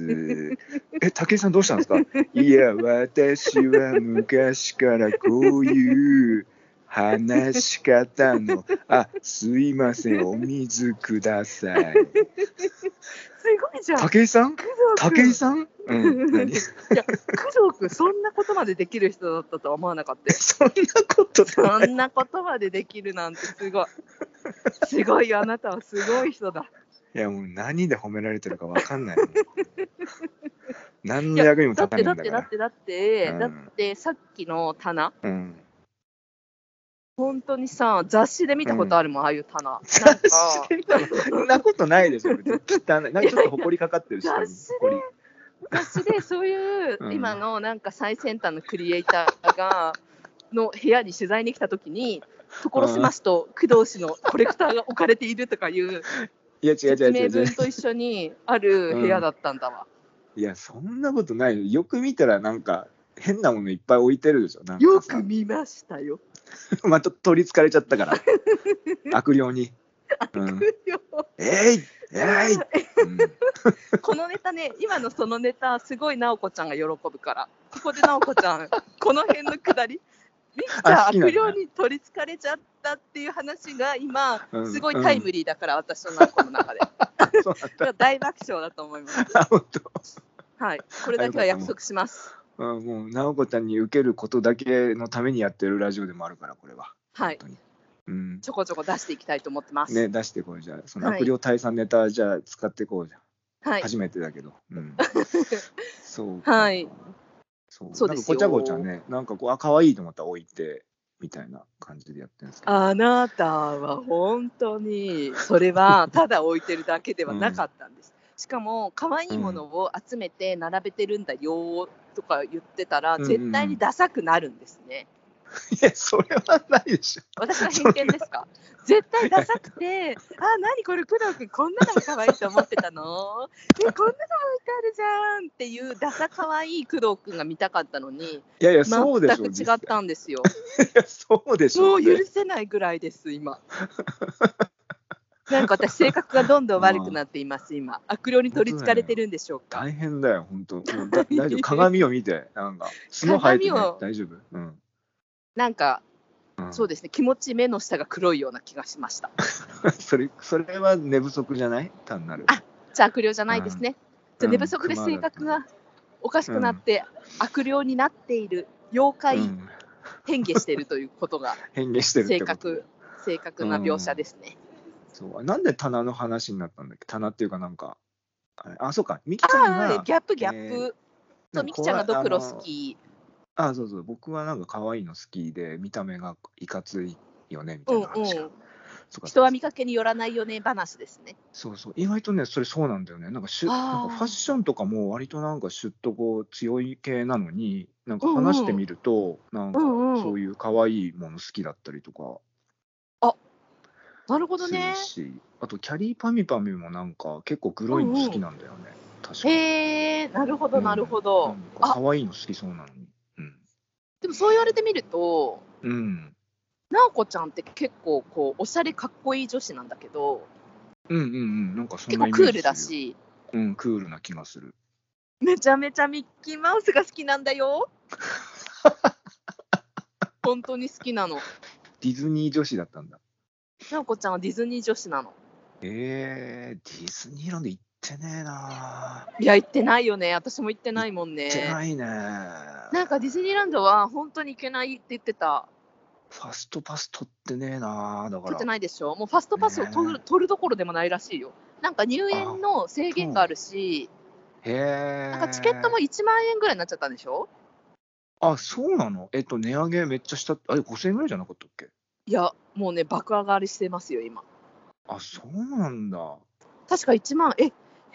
Speaker 2: え、武井さんどうしたんですかいや、私は昔からこういう話し方の、あ、すいません、お水ください。
Speaker 1: すごいじゃん。
Speaker 2: 武井さん
Speaker 1: 工
Speaker 2: 武井
Speaker 1: 藤
Speaker 2: さんう ん、
Speaker 1: 君工
Speaker 2: 何
Speaker 1: 藤君そんなことまでできる人だったとは思わなかったよ。
Speaker 2: そんなことだ。
Speaker 1: そんなことまでできるなんてすごい。すごいよあなたはすごい人だ。
Speaker 2: いや、もう何で褒められてるかわかん ない。もう何の役にも
Speaker 1: だっ
Speaker 2: 立たな
Speaker 1: て
Speaker 2: いん
Speaker 1: だ
Speaker 2: だ
Speaker 1: っ
Speaker 2: か
Speaker 1: てだってだ
Speaker 2: ら。
Speaker 1: って、
Speaker 2: うん
Speaker 1: だってさっきの棚
Speaker 2: うん。
Speaker 1: 本当にさ雑誌で見たことあるもん、ああいう棚。
Speaker 2: 雑
Speaker 1: なんか
Speaker 2: 誌で見たのそん なことないでしょ、別に汚い。なんかちょっと埃かかってるし、
Speaker 1: いやいや
Speaker 2: 多分埃
Speaker 1: 雑誌でそういう
Speaker 2: うん
Speaker 1: 今のなんか最先端のクリエイターがの部屋に取材に来た時に所狭しと工藤氏のコレクターが置かれているとかいう
Speaker 2: いや、違う違
Speaker 1: 説
Speaker 2: う
Speaker 1: 明
Speaker 2: 違う違う
Speaker 1: 文。と一緒にある部屋だったんだわ。
Speaker 2: いや、そんなことないよ。よく見たら、なんか、変なものいっぱい置いてるでしょ。なんか
Speaker 1: よ
Speaker 2: さ
Speaker 1: く見ましたよ。
Speaker 2: また取りつかれちゃった から。悪霊に。うん、えいえい、うん、
Speaker 1: このネタね、今のそのネタ、すごい直子ちゃんが喜ぶから、ここで直子ちゃん、この辺のくだり、みっちゃん
Speaker 2: あ好きなん
Speaker 1: 悪
Speaker 2: だ
Speaker 1: 霊に取りつかれちゃったっていう話が今、
Speaker 2: うん
Speaker 1: すごいタイムリーだから、私の直子の中で。
Speaker 2: そうなん
Speaker 1: い
Speaker 2: だ
Speaker 1: や大爆笑だと思います。
Speaker 2: あ本当
Speaker 1: はい、これだけは約束します。
Speaker 2: うん、もう、直子ちゃんに受けることだけのためにやってるラジオでもあるから、これは。
Speaker 1: はい、
Speaker 2: 本当に。うん。
Speaker 1: ちょこちょこ出していきたいと思ってます。
Speaker 2: ね、出してこうじゃあ。その
Speaker 1: はい
Speaker 2: 悪霊退散ネタ、じゃあ、使ってこうじゃん。
Speaker 1: はい、
Speaker 2: 初めてだけど。 うん。そう。
Speaker 1: はい。
Speaker 2: そう。
Speaker 1: そうですよ
Speaker 2: なんかごちゃごちゃね、なんかこう、あ、可愛いと思ったら置いて、みたいな感じでやってるんですけど。
Speaker 1: あなたは本当にそれはただ置いてるだけではなかったんです。しかも可愛いものを集めて並べてるんだよとか言ってたら
Speaker 2: うん
Speaker 1: 絶対にダサくなるんですね。
Speaker 2: いや、それはないでしょ。
Speaker 1: 私は偏見ですか 絶対ダサくて「あ何これ工藤君こんなのが可愛いと思ってたのえこんなの置いてあるじゃん」っていうダサ可愛い工藤君が見たかったのに
Speaker 2: いやいや、
Speaker 1: 全
Speaker 2: そうでしょ。
Speaker 1: く違
Speaker 2: 実際
Speaker 1: っ。たんですよ。
Speaker 2: いや、そうでしょ。
Speaker 1: もう許せないぐらいです、今。なんか私、性格がどんどん悪くなっています、今。悪霊に取りつかれてるんでしょうか。
Speaker 2: 大変だよ、本当。もう だ大丈夫。鏡を見て、なんか、角生え
Speaker 1: 鏡
Speaker 2: てない
Speaker 1: を
Speaker 2: 大丈夫。うん。
Speaker 1: なんか、
Speaker 2: うん
Speaker 1: そうですね、気持ち目の下が黒いような気がしました。
Speaker 2: それ、それは寝不足じゃない単なる。
Speaker 1: あじゃあ悪霊じゃないですね。じゃあ寝不足で
Speaker 2: うん
Speaker 1: 性格がおかしくなって、悪霊になっている、妖
Speaker 2: う
Speaker 1: 怪
Speaker 2: ん、
Speaker 1: 変化しているということが、
Speaker 2: 変化してるって
Speaker 1: 性
Speaker 2: こと
Speaker 1: 格、正確な描写ですね。
Speaker 2: そうなんで棚の話になったんだっけ棚っていうかなんかあれあそうかミキちゃんが
Speaker 1: ああ、ギャップギャッ
Speaker 2: えー
Speaker 1: プ。
Speaker 2: な
Speaker 1: と、
Speaker 2: んか
Speaker 1: みきちゃんがドクロ好
Speaker 2: 怖い
Speaker 1: き。
Speaker 2: あのあそうそう僕はなんか可愛いの好きで見た目がいかついよねみた
Speaker 1: う
Speaker 2: い
Speaker 1: んう
Speaker 2: な話か、
Speaker 1: ん。
Speaker 2: そうか
Speaker 1: 人は見かけによらないよね話ですね。
Speaker 2: そうそう意外とねそれそうなんだよねなんかシュ
Speaker 1: あー
Speaker 2: なんかファッションとかも割となんかシュッとこう強い系なのになんか
Speaker 1: うんうん
Speaker 2: 話してみると、なんか
Speaker 1: うんうん
Speaker 2: そういう可愛いもの好きだったりとか
Speaker 1: なるほど
Speaker 2: す
Speaker 1: ね
Speaker 2: る。し、あとキャリーパミュパミュもなんか結構グロいの好きなんだよね、確かに。
Speaker 1: へえ、なるほど、なるほ
Speaker 2: う
Speaker 1: ど
Speaker 2: ん。なんか
Speaker 1: あ、
Speaker 2: 可愛いの好きそうなのに。うん。
Speaker 1: でもそう言われてみると、
Speaker 2: うん。
Speaker 1: なおこちゃんって結構こうおしゃれかっこいい女子なんだけど、
Speaker 2: うんうんうん。なんかそん
Speaker 1: 結構
Speaker 2: なイメージ
Speaker 1: クールだ
Speaker 2: する。
Speaker 1: し、
Speaker 2: うん、クールな気がする。
Speaker 1: めちゃめちゃミッキーマウスが好きなんだ よ。本当に好きなの。
Speaker 2: ディズニー女子だったんだ。
Speaker 1: なおこちゃんはディズニー女子なの。
Speaker 2: えー、ディズニーランド行ってねえなぁ。
Speaker 1: いや、行ってないよね。私も行ってないもんね
Speaker 2: 行っ。てないね
Speaker 1: なんかディズニーランドは本当に行けないって言ってた。
Speaker 2: ファストパス取ってねえなだか
Speaker 1: 取っ
Speaker 2: ら
Speaker 1: てないでしょもうファストパスを取る,、
Speaker 2: ね
Speaker 1: 取るどころでもないらしいよなんか入園の制限があるし
Speaker 2: へえ
Speaker 1: なんかチケットも1万円ぐらいになっちゃったんでしょ
Speaker 2: あそうなのえっと値上げめっちゃしたあれ5000円ぐらいじゃなかったっけ
Speaker 1: いやもうね爆上がりしてますよ今
Speaker 2: あそうなんだ
Speaker 1: 確か1万え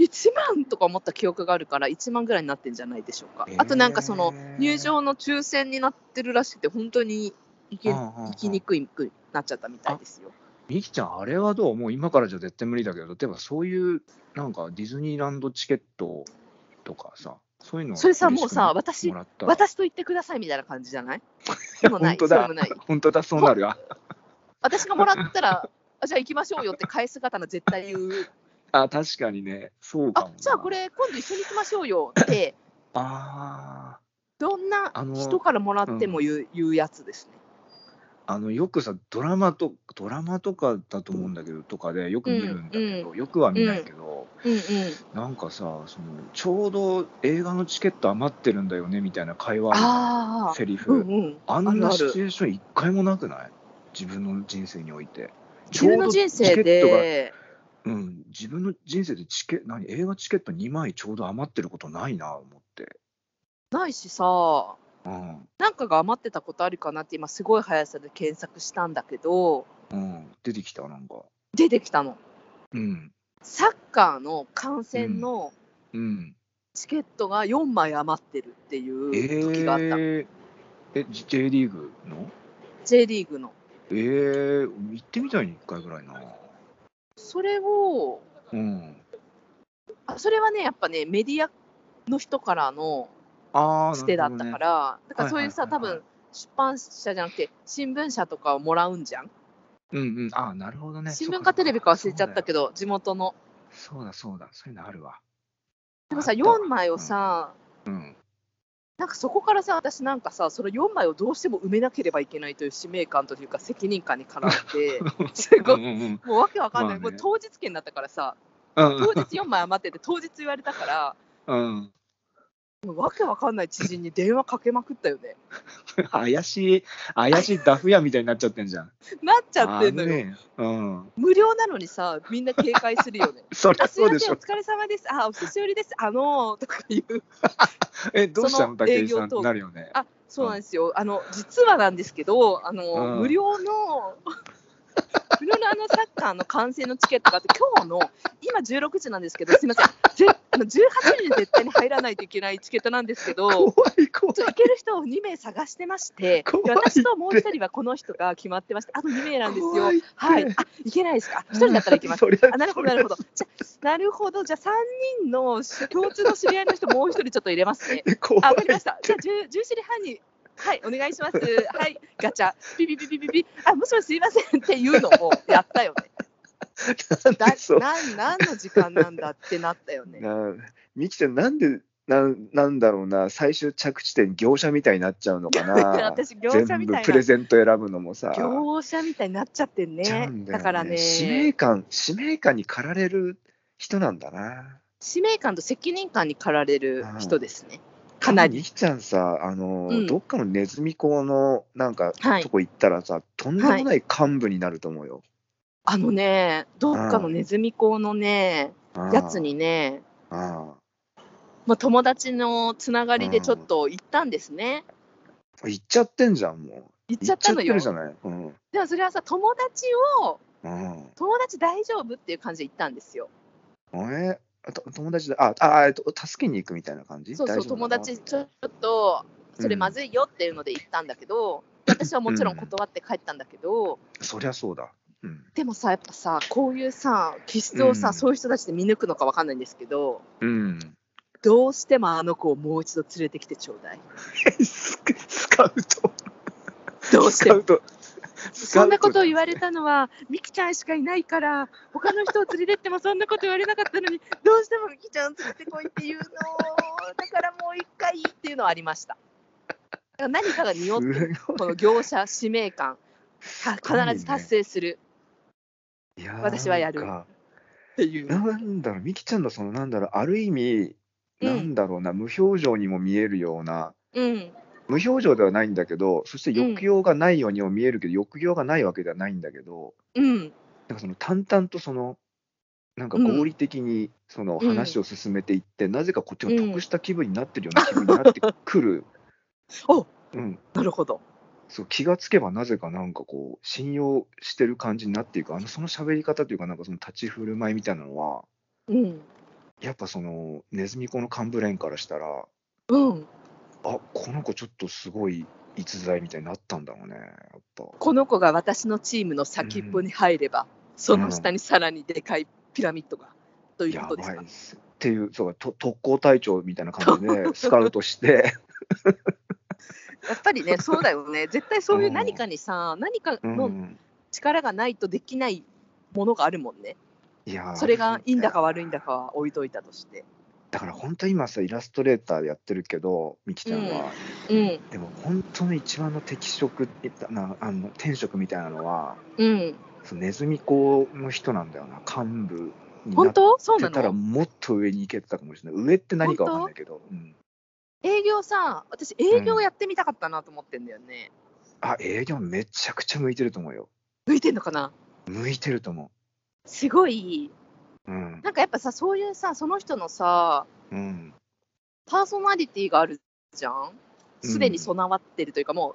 Speaker 1: 1万とか思った記憶があるから1万ぐらいになってんじゃないでしょうか、
Speaker 2: へえ
Speaker 1: あとなんかその入場の抽選になってるらしくて本当に行け
Speaker 2: うんうんうん
Speaker 1: 行きにくいくなっちゃったみたいですよ
Speaker 2: みきちゃんあれはどうもう今からじゃ絶対無理だけど例えばそういうなんかディズニーランドチケットとかさそういうの
Speaker 1: それさ
Speaker 2: 嬉しく
Speaker 1: もうさ
Speaker 2: な
Speaker 1: 私
Speaker 2: もらったら
Speaker 1: 私と言ってくださいみたいな感じじゃない
Speaker 2: い
Speaker 1: で
Speaker 2: や
Speaker 1: もないそ
Speaker 2: 本当だ
Speaker 1: うでもない
Speaker 2: 本当だそうなるわ
Speaker 1: 私がもらったらあじゃあ行きましょうよって返す方の絶対言う
Speaker 2: あ確かにねそうかも
Speaker 1: あ
Speaker 2: な
Speaker 1: じゃあこれ今度一緒に行きましょうよって
Speaker 2: あ
Speaker 1: どんな
Speaker 2: あの
Speaker 1: 人からもらっても言う,、言うやつですね
Speaker 2: ーあのよくさドラマとドラマとかだと思うんだけどとかでよく見るんだけど、よくは見ないけど、
Speaker 1: うんうん
Speaker 2: なんかさそのちょうど映画のチケット余ってるんだよねみたいな会話の
Speaker 1: ああ
Speaker 2: セリフ、
Speaker 1: うんうん
Speaker 2: あ
Speaker 1: あ
Speaker 2: ん
Speaker 1: るあ
Speaker 2: な
Speaker 1: る
Speaker 2: シチュエーション一回もなくない自分の人生において。
Speaker 1: 自分の人生で
Speaker 2: ちょうどチケットが、うん、自分の人生でチケ何映画チケット2枚ちょうど余ってることないな思って。
Speaker 1: ないしさ
Speaker 2: うん
Speaker 1: なんかが余ってたことあるかなって今すごい速さで検索したんだけど
Speaker 2: うん、出てきたなんか。
Speaker 1: 出てきたの
Speaker 2: うん
Speaker 1: サッカーの観戦の
Speaker 2: うん、
Speaker 1: チケットが4枚余ってるっていう
Speaker 2: え
Speaker 1: 時があった、
Speaker 2: ー、え J リーグの
Speaker 1: J リーグの
Speaker 2: えー、行ってみたいに1回ぐらいな。
Speaker 1: それを
Speaker 2: うん、
Speaker 1: あそれはねやっぱねメディアの人からの
Speaker 2: ああ、
Speaker 1: 捨てだった
Speaker 2: なる
Speaker 1: か
Speaker 2: ほどね
Speaker 1: ら、だからそういうさ、
Speaker 2: はいはいはいは
Speaker 1: 多
Speaker 2: い
Speaker 1: 分出版社じゃなくて新聞社とかをもらうんじゃん、
Speaker 2: うんうん、ああ、なるほどね。
Speaker 1: 新聞かテレビか忘れちゃったけ
Speaker 2: ど。
Speaker 1: ど地元の
Speaker 2: そうだそうだ、そういうのあるわ。
Speaker 1: でもさ
Speaker 2: あったわ
Speaker 1: 4枚をさ、
Speaker 2: うん、
Speaker 1: なんかそこからさ私なんかさその4枚をどうしても埋めなければいけないという使命感というか責任感にから ってす
Speaker 2: う
Speaker 1: ご
Speaker 2: ん
Speaker 1: い
Speaker 2: うんうん
Speaker 1: もうわけわかんない、
Speaker 2: ま
Speaker 1: も
Speaker 2: あ
Speaker 1: う
Speaker 2: ね
Speaker 1: 当日券だったからさ
Speaker 2: うん
Speaker 1: 当日4枚余ってて当日言われたから
Speaker 2: うん、
Speaker 1: もうわけわかんない知人に電話かけまくったよね
Speaker 2: 怪しい、怪しいダフ屋みたいになっちゃってんじゃん。
Speaker 1: なっちゃってんの
Speaker 2: あ
Speaker 1: よ、
Speaker 2: ねうん、
Speaker 1: 無料なのにさみんな警戒するよね
Speaker 2: そり
Speaker 1: あ
Speaker 2: ゃ
Speaker 1: す
Speaker 2: そ
Speaker 1: いうま
Speaker 2: で
Speaker 1: せ
Speaker 2: し
Speaker 1: ん、お
Speaker 2: ょ。
Speaker 1: 疲れ様です。あ、お久しぶりです。あのー、とか言う。
Speaker 2: え、どうしたの、
Speaker 1: その営
Speaker 2: 武井
Speaker 1: 業
Speaker 2: さんって
Speaker 1: トーク
Speaker 2: なるよね。
Speaker 1: あ、そうなんですよ。あの、実はなんですけど、あのー、
Speaker 2: うん
Speaker 1: 無料の、 無料のあのサッカーの観戦のチケットがあって、今日の、今16時なんですけど、すみません、ぜあの18時に絶対に入らないといけないチケットなんですけど、ちょ
Speaker 2: 怖い怖
Speaker 1: っと行ける人を2名探してまして、
Speaker 2: 怖いっ
Speaker 1: で
Speaker 2: て
Speaker 1: 私ともう1人はこの人が決まってまして、あと2名なんですよ。
Speaker 2: 怖いって
Speaker 1: はい。あ、行けないですか。1人だったら行きます
Speaker 2: い。。そりゃ
Speaker 1: あなるほど、なるほど。じゃあ、なるほど。じゃあ、3人の共通の知り合いの人、もう一人ちょっと入れますね。
Speaker 2: 怖
Speaker 1: あ、わかり
Speaker 2: い
Speaker 1: ました。じゃあ、10, 10時半に、はい、お願いします。はい、ガチャ、ピピピピピピ、あ、もしもしすいませんっていうのもやったよ ね。だ
Speaker 2: なんでそう。
Speaker 1: なん何の時間なんだってなったよ ね。
Speaker 2: なみきちゃん、なんで、なん、なんだろうな、最終着地点業者みたいになっちゃうのかな。
Speaker 1: 私、業者
Speaker 2: 全
Speaker 1: みた
Speaker 2: 部
Speaker 1: い
Speaker 2: プ
Speaker 1: な
Speaker 2: レ。ゼント選ぶのもさ。
Speaker 1: 業者みたいになっちゃってん
Speaker 2: ちゃ
Speaker 1: ね
Speaker 2: うん。だよ
Speaker 1: だからね、
Speaker 2: 使命感、使命感に駆られる人なんだな。
Speaker 1: 使命感と責任感に駆られる人ですね。かなり。
Speaker 2: みきちゃんさ、あの、
Speaker 1: うん
Speaker 2: どっかのネズミ講の、なんか、
Speaker 1: はい
Speaker 2: と。こ行ったらさ、とんでもない幹部になると思うよ。
Speaker 1: あのね、どっかのネズミ講のね、
Speaker 2: ああ
Speaker 1: やつ。にね、
Speaker 2: あ
Speaker 1: まあ、友達のつながりでちょっと行ったんですね。
Speaker 2: あ行っちゃってんじゃん、もう。
Speaker 1: 行っちゃったのよ。
Speaker 2: 行っちゃってるじゃない。
Speaker 1: でもそれはさ、友達を、
Speaker 2: うん。うん。
Speaker 1: 友達大丈夫っていう感じで行ったんですよ。
Speaker 2: えあと友達だああえっと助けに行くみたいな感じ
Speaker 1: そうそう、友達ちょっと、それまずいよっていうので行ったんだけど、私はもちろん断って帰ったんだけど、
Speaker 2: そりゃそうだうん
Speaker 1: でもさ、やっぱさ、こういうさ、気質をさ、
Speaker 2: うん
Speaker 1: そういう人たちで見抜くのかわかんないんですけど、
Speaker 2: うん
Speaker 1: どうしてもあの子をもう一度連れてきてちょうだい。
Speaker 2: スカウト
Speaker 1: どうし
Speaker 2: ス
Speaker 1: て
Speaker 2: カ
Speaker 1: も
Speaker 2: ウト
Speaker 1: そんなことを言わ
Speaker 2: れ
Speaker 1: れたのは、ミキちゃんしかいないから、他の人を連れてってもそんなこと言われなかったのに、どうしてもミキちゃん連れてこいっていうの、だからもう一回っていうのはありました。だから何かが匂ってる、この業者使命感、た必ず達成する私はやるっていう。
Speaker 2: なんだろうみきちゃんのそのなんだろうある意味
Speaker 1: うん
Speaker 2: なんだろうな無表情にも見えるような
Speaker 1: うん、
Speaker 2: 無表情ではないんだけど、そして抑揚がないようにも見えるけど、抑揚がないわけではないんだけど、
Speaker 1: うん、
Speaker 2: なんかその淡々とその、なんか合理的にその
Speaker 1: うん
Speaker 2: 話を進めていって、なぜかこっちが
Speaker 1: うん
Speaker 2: 得した気分になってるような気分になってくる。
Speaker 1: お
Speaker 2: うん、
Speaker 1: なるほど。
Speaker 2: そう気がつけばなぜかなんかこう信用してる感じになっていくあのその喋り方というかなんかその立ち振る舞いみたいなのは
Speaker 1: うん、
Speaker 2: やっぱそのネズミ子の幹部連からしたら
Speaker 1: うん、
Speaker 2: あこの子ちょっとすごい逸材みたいになったんだろうねやっぱ
Speaker 1: この子が私のチームの先っぽに入れば、その下にさらにでかいピラミッドがという
Speaker 2: や
Speaker 1: ことです
Speaker 2: ば
Speaker 1: か
Speaker 2: いっ。すっていうそうと特攻隊長みたいな感じ でスカウトして
Speaker 1: やっぱりね、 そうだよね。絶対そういう
Speaker 2: うん
Speaker 1: 何かにさ、何か
Speaker 2: うん
Speaker 1: の力がないとできないものがあるもんね。
Speaker 2: いやー
Speaker 1: それがいいんだか悪いんだかは置いといたとして。
Speaker 2: だから本当今さイラストレーターやってるけどみきちゃんは、
Speaker 1: うん、
Speaker 2: でも本当の一番の敵色ってなあの天職みたいなのは
Speaker 1: うん。
Speaker 2: そのネズミ講の人なんだよな幹部にな
Speaker 1: 本
Speaker 2: って
Speaker 1: 当そうな
Speaker 2: たら
Speaker 1: の
Speaker 2: もっと上に行けてたかもしれない上って何かわかんないけど、うん、
Speaker 1: 営業さ、私営業やってみたかったなと思ってんだよね。
Speaker 2: あ営業めちゃくちゃ向いてると思うよ
Speaker 1: 向いてんのかな
Speaker 2: 向いてると思
Speaker 1: すごい。
Speaker 2: ううん
Speaker 1: なんかやっぱさ、そういうさ、その人のさ、
Speaker 2: うん
Speaker 1: パーソナリティがあるじゃんすでに備わってるというか、も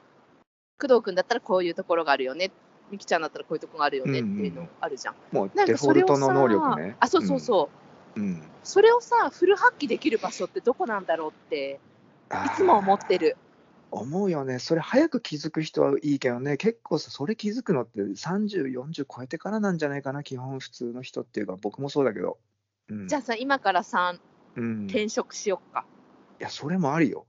Speaker 1: う工藤君だったらこういうところがあるよねみきちゃんだったらこういうところがあるよねっていうのあるじゃん,、
Speaker 2: もう
Speaker 1: なん
Speaker 2: デ
Speaker 1: か
Speaker 2: フ
Speaker 1: そ
Speaker 2: ォ
Speaker 1: れ
Speaker 2: ル
Speaker 1: を
Speaker 2: ト
Speaker 1: さ
Speaker 2: の能力ね
Speaker 1: あそうそうそう、
Speaker 2: うん、うん
Speaker 1: それをさフル発揮できる場所ってどこなんだろうっていつも思ってる
Speaker 2: あー思うよねそれ早く気づく人はいいけどね結構さそれ気づくのって3040超えてからなんじゃないかな基本普通の人っていうか僕もそうだけど、うん、
Speaker 1: じゃあさ今からさ
Speaker 2: うん、い
Speaker 1: 転職しよっか、
Speaker 2: やそれもあるよ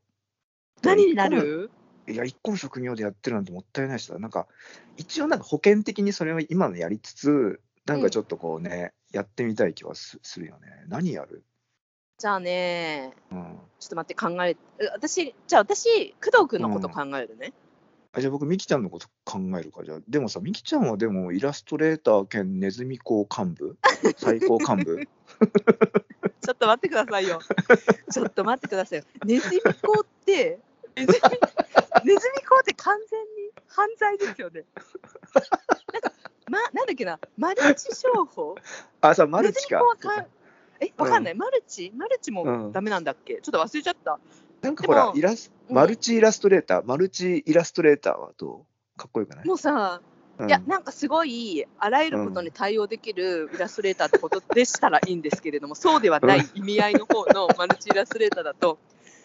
Speaker 1: 何になる
Speaker 2: いや一個の職業でやってるなんてもったいないしさなんか一応なんか保険的にそれを今のやりつつなんかちょっとこうね、やってみたい気はすするよね何やる、
Speaker 1: じゃあね
Speaker 2: うん、
Speaker 1: ちょっと待って考ええ私じゃあ私工藤君のこと考えるね、
Speaker 2: あじゃあ僕、ミキちゃんのこと考えるか。じゃあ、でもさ、ミキちゃんはでもイラストレーター兼ネズミ講幹 部最高幹部
Speaker 1: ちょっと待ってください よ。ちょっと待ってくださいよ。ネズミ講って、ネズミネズミ講って完全に犯罪ですよね。なんか、ま、なんだっけな、マルチ商法
Speaker 2: あ、さ、マ
Speaker 1: ネ
Speaker 2: ル
Speaker 1: ズ
Speaker 2: チ
Speaker 1: ミ
Speaker 2: か
Speaker 1: 講。はかえ、わかんない、マルチマルチ
Speaker 2: う
Speaker 1: も
Speaker 2: ん
Speaker 1: ダメなんだっけ、ちょっと忘れちゃった。
Speaker 2: なんかほら
Speaker 1: で、も
Speaker 2: イラス
Speaker 1: うん
Speaker 2: マルチイラストレーター、マルチイラストレーターはどうかっこよくない、
Speaker 1: もうさ、
Speaker 2: うん
Speaker 1: いや、なんかすごい、あらゆることに対応できるイラストレーターってことでしたらいいんですけれど も、そうではない意味合いの方のマルチイラストレーターだと、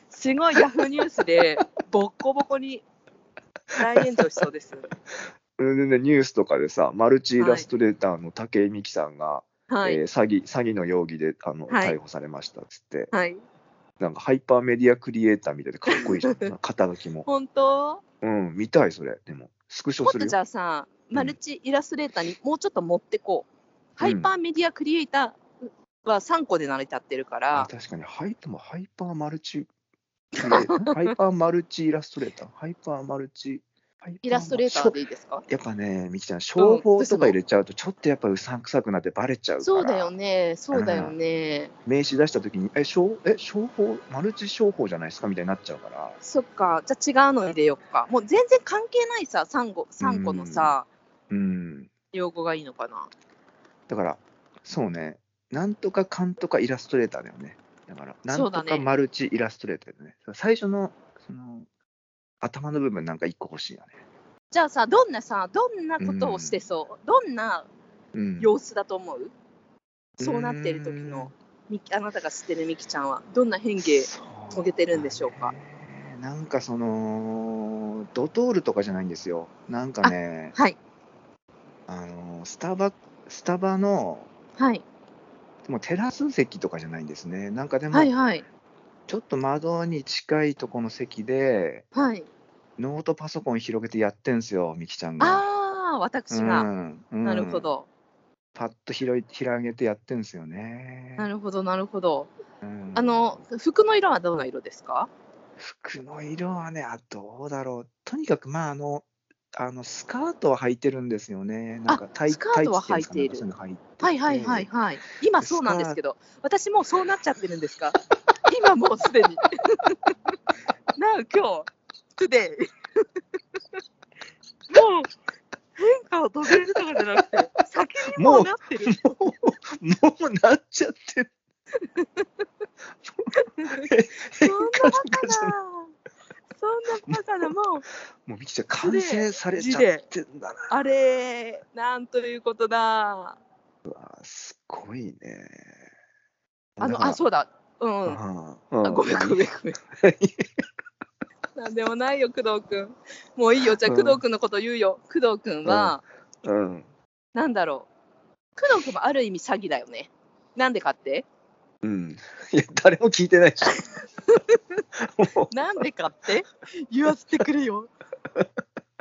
Speaker 1: すごいヤフーニュースで、ボッコボコに大炎上しそうです。
Speaker 2: うんでねニュースとかでさ、マルチイラストレーターの武井美樹さんが、
Speaker 1: はい、
Speaker 2: えー詐欺詐欺の容疑であの、
Speaker 1: はい
Speaker 2: 逮捕されましたっつって、
Speaker 1: はい、
Speaker 2: なんかハイパーメディアクリエイターみたいでかっこ いいじゃん、肩書きも。
Speaker 1: 本当
Speaker 2: うん、見たい、それ。でも、スクショ
Speaker 1: も
Speaker 2: す
Speaker 1: っ
Speaker 2: る
Speaker 1: と
Speaker 2: よ
Speaker 1: じ。ゃあさ、
Speaker 2: うん
Speaker 1: マルチイラストレーターにもうちょっと持ってこう。ハイパーメディアクリエイターは3個で成り立ってるか
Speaker 2: あ
Speaker 1: ら、
Speaker 2: 確かにハイでもハイパーマルチクリエイタ ーハイパーマルチイラストレーターハイパーマルチハイパマ
Speaker 1: イラストレーターでいいですか
Speaker 2: やっぱねみきちゃん商法とか入れちゃうとちょっとやっぱうさんくさくなってバレちゃうから
Speaker 1: そうだよね、そうだよね。
Speaker 2: 名刺出した時にえ商え商法マルチ商法じゃないですかみたいになっちゃうから
Speaker 1: そっか、じゃあ違うの入れよっか。もう全然関係ないさ、3個 ,3 個のさ、
Speaker 2: うん
Speaker 1: 用語がいいのかな。
Speaker 2: だからそうねなんとかかんとかイラストレーターだよねだからな
Speaker 1: そうんだ
Speaker 2: と
Speaker 1: ね
Speaker 2: かマルチイラストレーターだよね最初のその頭の部分なんか一個欲しいよね
Speaker 1: じゃあさ、どんなさ、どんなことをしてそう、どんな
Speaker 2: うん
Speaker 1: 様子だと思う、そうなってる時のみあなたが知ってるみきちゃんは、どんな変化遂げてるんでしょうか
Speaker 2: そうだね。なんかそのドトールとかじゃないんですよ。なんかね、
Speaker 1: はい、
Speaker 2: あのスタバスタバの
Speaker 1: はい、
Speaker 2: もうテラス席とかじゃないんですね。なんかでも、
Speaker 1: はい、はい、
Speaker 2: ちょっと窓に近いとこの席で
Speaker 1: はい。
Speaker 2: ノートパソコン広げてやってんすよ、みきちゃんが。
Speaker 1: ああ、私
Speaker 2: う
Speaker 1: が。
Speaker 2: んうん
Speaker 1: なるほ。ど、
Speaker 2: パッと広い広げてやってんすよね。
Speaker 1: なるほど、なるほど。
Speaker 2: うん
Speaker 1: あの、服の色はどんな色ですか
Speaker 2: 服の色はね、あどうだろう。とにかく、まあ、あの、あのスカートは履いてるんですよね。なんかタイ
Speaker 1: スカートは履いている
Speaker 2: タイツってうんですかなんか
Speaker 1: は
Speaker 2: そう
Speaker 1: いう
Speaker 2: の
Speaker 1: はいはいはい。今そうなんですけど、私もう そうなっちゃってるんですか今もうすでに。なあ、今日、クでもう変化を止めるとかじゃなくて先にもうなってる
Speaker 2: も う、もうなっちゃってる。
Speaker 1: そん
Speaker 2: 変
Speaker 1: な
Speaker 2: 化
Speaker 1: バ
Speaker 2: とか
Speaker 1: カ
Speaker 2: じゃない
Speaker 1: なそんなバカなもう
Speaker 2: もうみきちゃん、完成されちゃってんだな。
Speaker 1: あれなんということだ
Speaker 2: すごいね。
Speaker 1: あ
Speaker 2: だ
Speaker 1: の
Speaker 2: から
Speaker 1: あそうだうん、うん、
Speaker 2: うんう
Speaker 1: あごめんごめんご めんなんでもないよ、工藤くん。もういいよ、じゃあ
Speaker 2: うん
Speaker 1: 工藤くんのこと言うよ。工藤くんは、
Speaker 2: うん。
Speaker 1: なんだろう。工藤くんもある意味詐欺だよね。なんでかって
Speaker 2: うん。いや、誰も聞いてない し。もう
Speaker 1: なんでかって言わせてくれ よ。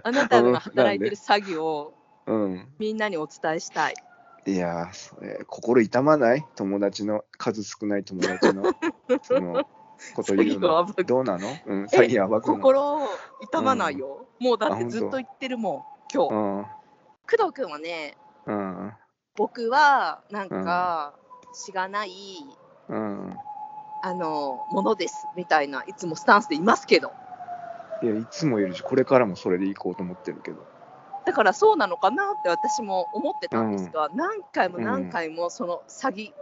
Speaker 1: あなたが働いてる詐欺を
Speaker 2: うん。
Speaker 1: みんなにお伝えしたい。
Speaker 2: いやー、それ心痛まない友達の、数少ない友 達の、その、こと言
Speaker 1: 詐欺
Speaker 2: うの。
Speaker 1: を暴く
Speaker 2: どうなのうん、詐欺暴くの。
Speaker 1: 心を痛まないよ。もうだってずっ
Speaker 2: あ
Speaker 1: と
Speaker 2: 本当
Speaker 1: 言ってるもん、今
Speaker 2: う
Speaker 1: 日。
Speaker 2: ん。
Speaker 1: 工藤くんはね、
Speaker 2: うん。
Speaker 1: 僕はなんか、しがない、
Speaker 2: うん。
Speaker 1: あの、ものです、みたいないつもスタンスでいますけど。
Speaker 2: いや、いつもいるし、これからもそれでいこうと思ってるけど。
Speaker 1: だからそうなのかなって私も思ってたんですが、何回も何回もその詐欺、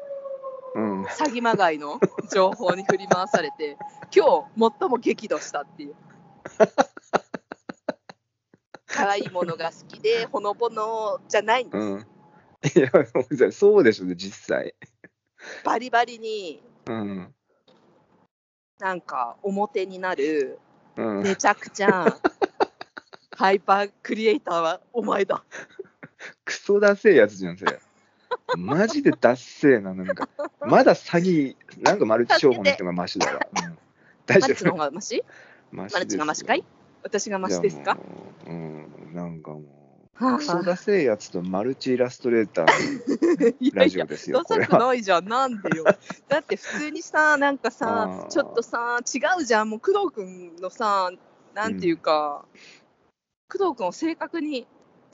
Speaker 2: うん。
Speaker 1: 詐欺まがいの情報に振り回されて、 今日最も激怒した っていう。可愛いものが好きで、ほのぼのじゃないんです。
Speaker 2: うん。いや、もうそうでしょ、実際。
Speaker 1: バリバリに
Speaker 2: うん。
Speaker 1: なんか表になる、
Speaker 2: うん。
Speaker 1: めちゃくちゃハイパークリエイターはお前だ。
Speaker 2: クソダセえやつじゃん、それ。マジでダッセえな、なんか。まだ詐欺、なんかマルチ商法の人がマシだわ。うん、大
Speaker 1: マ
Speaker 2: 丈
Speaker 1: ルチの
Speaker 2: 夫
Speaker 1: 方。がマシ
Speaker 2: マ
Speaker 1: マルチがマシかい私がマシですか
Speaker 2: いやもううん、なんかも
Speaker 1: はあ
Speaker 2: う。
Speaker 1: は
Speaker 2: クソ
Speaker 1: あ
Speaker 2: ダセえやつとマルチイラストレーターの
Speaker 1: いや
Speaker 2: ラ
Speaker 1: い
Speaker 2: ジオ
Speaker 1: や
Speaker 2: ですよ、
Speaker 1: ダ
Speaker 2: これ
Speaker 1: サく
Speaker 2: は。
Speaker 1: ないじゃん、なんでよ。だって普通に さ、なんか
Speaker 2: あ
Speaker 1: さ
Speaker 2: ー、
Speaker 1: ちょっとさ、違うじゃん、もう工藤君のさ、なんていうか、工藤君を正確に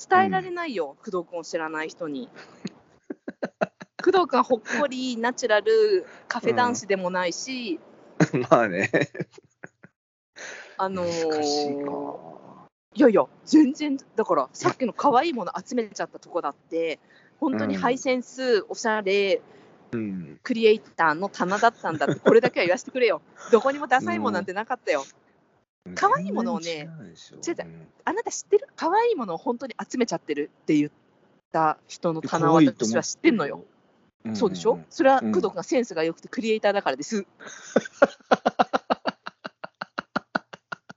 Speaker 1: 伝えられないよ、工藤君を知らない人に。 工藤君はほっこり、ナチュラル、カフェ男子でもないし、
Speaker 2: まあね。
Speaker 1: あの
Speaker 2: 難
Speaker 1: ー
Speaker 2: しいか。
Speaker 1: いやいや、全然、だからさっきの可愛いもの集めちゃったとこだって、本当にハイセンス、おしゃれ、
Speaker 2: うん。
Speaker 1: クリエイターの棚だったんだって、これだけは言わせてく れよ。どこにもダサいもんなんてなかったよ。可愛いものをね違
Speaker 2: 全然違うでし
Speaker 1: あなた知ってる可愛いものを本当に集めちゃってるって言った人の
Speaker 2: ょ。
Speaker 1: 棚を私は知ってんのよ。。そうでしょ、それは
Speaker 2: う
Speaker 1: 工
Speaker 2: ん
Speaker 1: 藤君がセンスが良くてクリエイターだからです。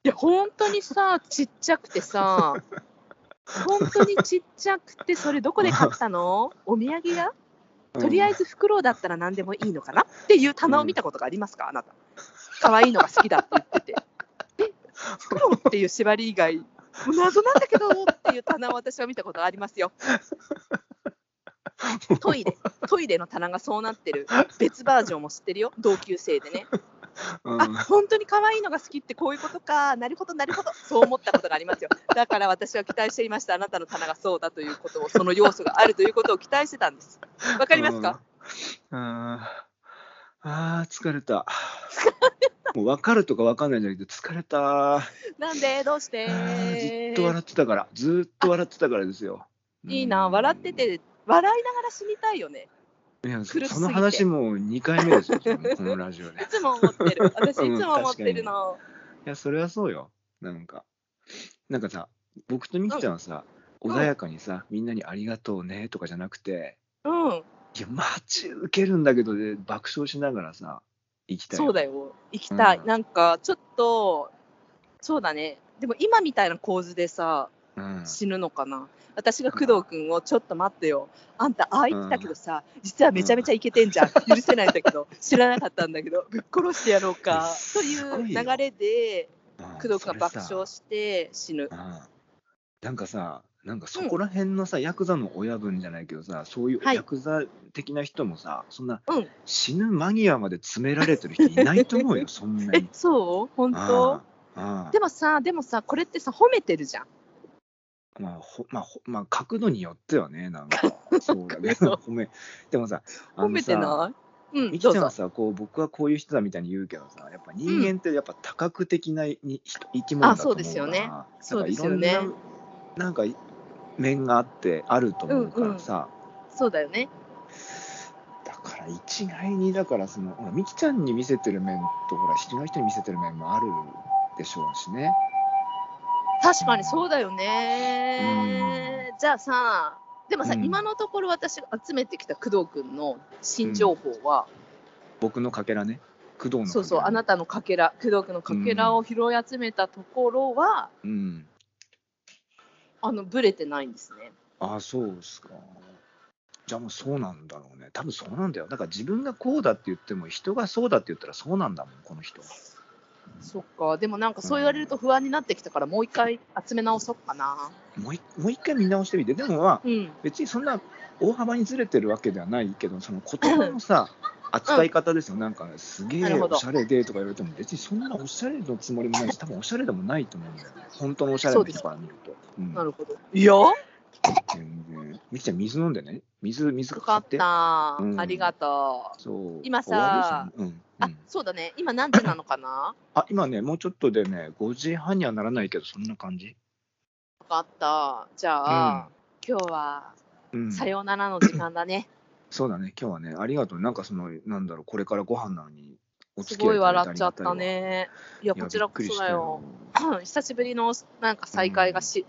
Speaker 1: いや、本当にさ、ちっちゃくてさ、 本当にちっちゃくて、それどこで買ったのお土産屋とりあえず
Speaker 2: ず。
Speaker 1: フクロウだったら何でもいいのかなっていう棚を見たことがありますか、あなた。可愛いのが好きだって言ってて。えフクロウっていう縛り以外、もう謎なんだけどっていう棚を私は見たことがあります よ。トイレ、トイレの棚がそうなってる、別バージョンも知ってるよ、同級生でね。
Speaker 2: うん
Speaker 1: あ本当に可愛いのが好きってこういうことか、なるほど、なるほど、そう思ったことがありますよ。だから私は期待していました、あなたの棚がそうだということを、その要素があるということを期待してたんです。わかりますか、
Speaker 2: うん、あーあー、疲れた。もう分かるとか分かんないじゃなくて、疲れた。あ
Speaker 1: なんでどうして
Speaker 2: ーずっと笑ってたから、ずーっと笑ってたからですよ。
Speaker 1: いいな、笑ってて、笑いながら死にたいよね。
Speaker 2: うん。いや、
Speaker 1: すぎて
Speaker 2: その話も2回目ですよ、そのこのラジオで。い
Speaker 1: いつも思ってる。私、い
Speaker 2: うん
Speaker 1: つも思ってるの。
Speaker 2: や、それはそうよ。なんか、なんかさ、僕とみきちゃんはさ、穏やかにさ、みんなにありがとうねとかじゃなくて、
Speaker 1: うん、
Speaker 2: いや、マジウケるんだけどで、爆笑しながらさ、行きたいよ。
Speaker 1: そうだよ。行きたい。
Speaker 2: うん
Speaker 1: なんか、ちょっと、そうだね。でも今みたいな構図でさ、
Speaker 2: うん。
Speaker 1: 死ぬのかな。私が工藤君をちょっと待ってよ。あんた、ああ言ってたけどさ、実はめちゃめちゃイケてんじゃん。許せないんだけど、知らなかったんだけど、ぶっ殺してやろうか。とい
Speaker 2: すご
Speaker 1: う
Speaker 2: いよ
Speaker 1: 流れで、
Speaker 2: うん
Speaker 1: 工藤君が爆
Speaker 2: それさ
Speaker 1: 笑して死ぬ。
Speaker 2: ああなんかさ、なんかそこら辺のさ、ヤクザの親分じゃないけどさ、そういう
Speaker 1: はい
Speaker 2: ヤクザ的な人もさ、そんな
Speaker 1: うん
Speaker 2: 死ぬ間際まで詰められてる人いないと 思うよ、そんな
Speaker 1: え
Speaker 2: に、。
Speaker 1: そう本当
Speaker 2: ああああ
Speaker 1: でもさ、でもさ、これってさ、褒めてるじゃん。
Speaker 2: まあ、ほまあ、ほまあ、 角度によってはね、なんか、そうだけ
Speaker 1: 角
Speaker 2: ど、ごめん。でもさ、あのさ
Speaker 1: 褒めてないうん、
Speaker 2: いき
Speaker 1: どう
Speaker 2: ちゃん
Speaker 1: ぞ
Speaker 2: は。さこう僕はこういう人だみたいに言うけどさやっぱ人間ってやっぱ多角的なに人生き物だと
Speaker 1: あそ
Speaker 2: 思うから
Speaker 1: うですよね
Speaker 2: なんか
Speaker 1: そうですよね
Speaker 2: いろんななんか面があってあると思うからさ、
Speaker 1: そうだよね。
Speaker 2: だから一概にだからそのほらみきちゃんに見せてる面とほら人の人に見せてる面もあるでしょうしね
Speaker 1: 確かにそうだよね。じゃあさ、でもさ、
Speaker 2: うん
Speaker 1: 今のところ私が集めてきた工藤君の新情報は、
Speaker 2: 僕のかけらね工藤のかけらね
Speaker 1: そうそう、あなたのかけら、工藤君のかけらを拾い集めたところは、
Speaker 2: うん
Speaker 1: あの、ぶれてないんですね。
Speaker 2: ああそうっすかじゃあもうそうなんだろうね多分そうなんだよだから自分がこうだって言っても人がそうだって言ったらそうなんだもんこの人
Speaker 1: そっか、でもなんかそう言われると不安になってきたから、もう一回集め直そうかな。
Speaker 2: もういもう一回見直してみてでもまあ
Speaker 1: うん。
Speaker 2: 別にそんな大幅にずれてるわけではないけどその言葉のさ扱い方ですよ、なんかすげ
Speaker 1: な
Speaker 2: え
Speaker 1: るほど
Speaker 2: おしゃれでとか言われても別にそんなおしゃれのつもりもないし多分おしゃれでもないと思うんだよね本当のおしゃれの人から見ると、うん、
Speaker 1: なるほど。いや
Speaker 2: 全然みきちゃん水飲んでね水水
Speaker 1: よ
Speaker 2: 買
Speaker 1: かっ
Speaker 2: って
Speaker 1: た、
Speaker 2: うん
Speaker 1: ありがとう。
Speaker 2: そう
Speaker 1: 今さ
Speaker 2: 終わるじゃん
Speaker 1: あ
Speaker 2: うんうん、
Speaker 1: そうだね、今何時なのかな
Speaker 2: あ、今ね、もうちょっとでね、5時半にはならないけど、そんな感じ。
Speaker 1: 分かった。じゃあ、今日は
Speaker 2: うん。うん、
Speaker 1: さようならの時間だね。
Speaker 2: そうだね、今日はね、ありがとう。なんかその、なんだろう、これからご飯なのに、お
Speaker 1: す
Speaker 2: 付き合
Speaker 1: ご
Speaker 2: い
Speaker 1: い
Speaker 2: いただいて
Speaker 1: 笑っちゃったね。いや、
Speaker 2: あり
Speaker 1: こ
Speaker 2: がた
Speaker 1: ちら
Speaker 2: いわ。いや
Speaker 1: こ
Speaker 2: びっくり
Speaker 1: そ
Speaker 2: した
Speaker 1: だ
Speaker 2: よ
Speaker 1: よ。久しぶりのなんか再会がし、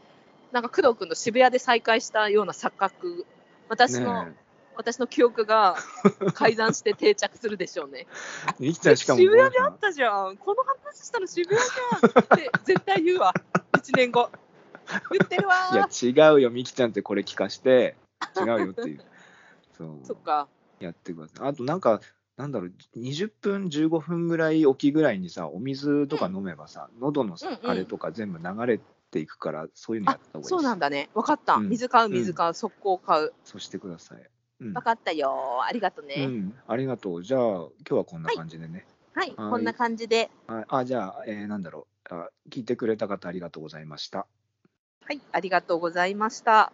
Speaker 1: なんか工藤君と渋谷で再会したような錯覚。私の、
Speaker 2: ね
Speaker 1: 私の記憶が改ざんして定着するでしょう ね。
Speaker 2: え、みきちゃんしかも。
Speaker 1: 渋谷であったじゃん。この話したの渋谷じゃんって絶対言うわ。1年後。言ってるわー。
Speaker 2: いや、違うよ、みきちゃんってこれ聞かして、違うよって いう。そう。
Speaker 1: そっか。
Speaker 2: やってください。あと、なんか、なんだろう、20分、15分ぐらいおきぐらいにさ、お水とか飲めばさ、喉のさ
Speaker 1: うんうん
Speaker 2: あれとか全部流れていくから、そういうのやった方がいいです。
Speaker 1: そうなんだね。分かった。
Speaker 2: うん
Speaker 1: 水買う、
Speaker 2: ん
Speaker 1: 水買う、速攻買う。
Speaker 2: そうしてください。うん
Speaker 1: 分かったよー。ありがとね。
Speaker 2: うん、ありがとう。じゃあ、今日はこんな感じでね。
Speaker 1: はい、
Speaker 2: はい
Speaker 1: こんな感じで。
Speaker 2: はい、あ、じゃあ、えーなんだろうあ。聞いてくれた方ありがとうございました。
Speaker 1: はい、ありがとうございました。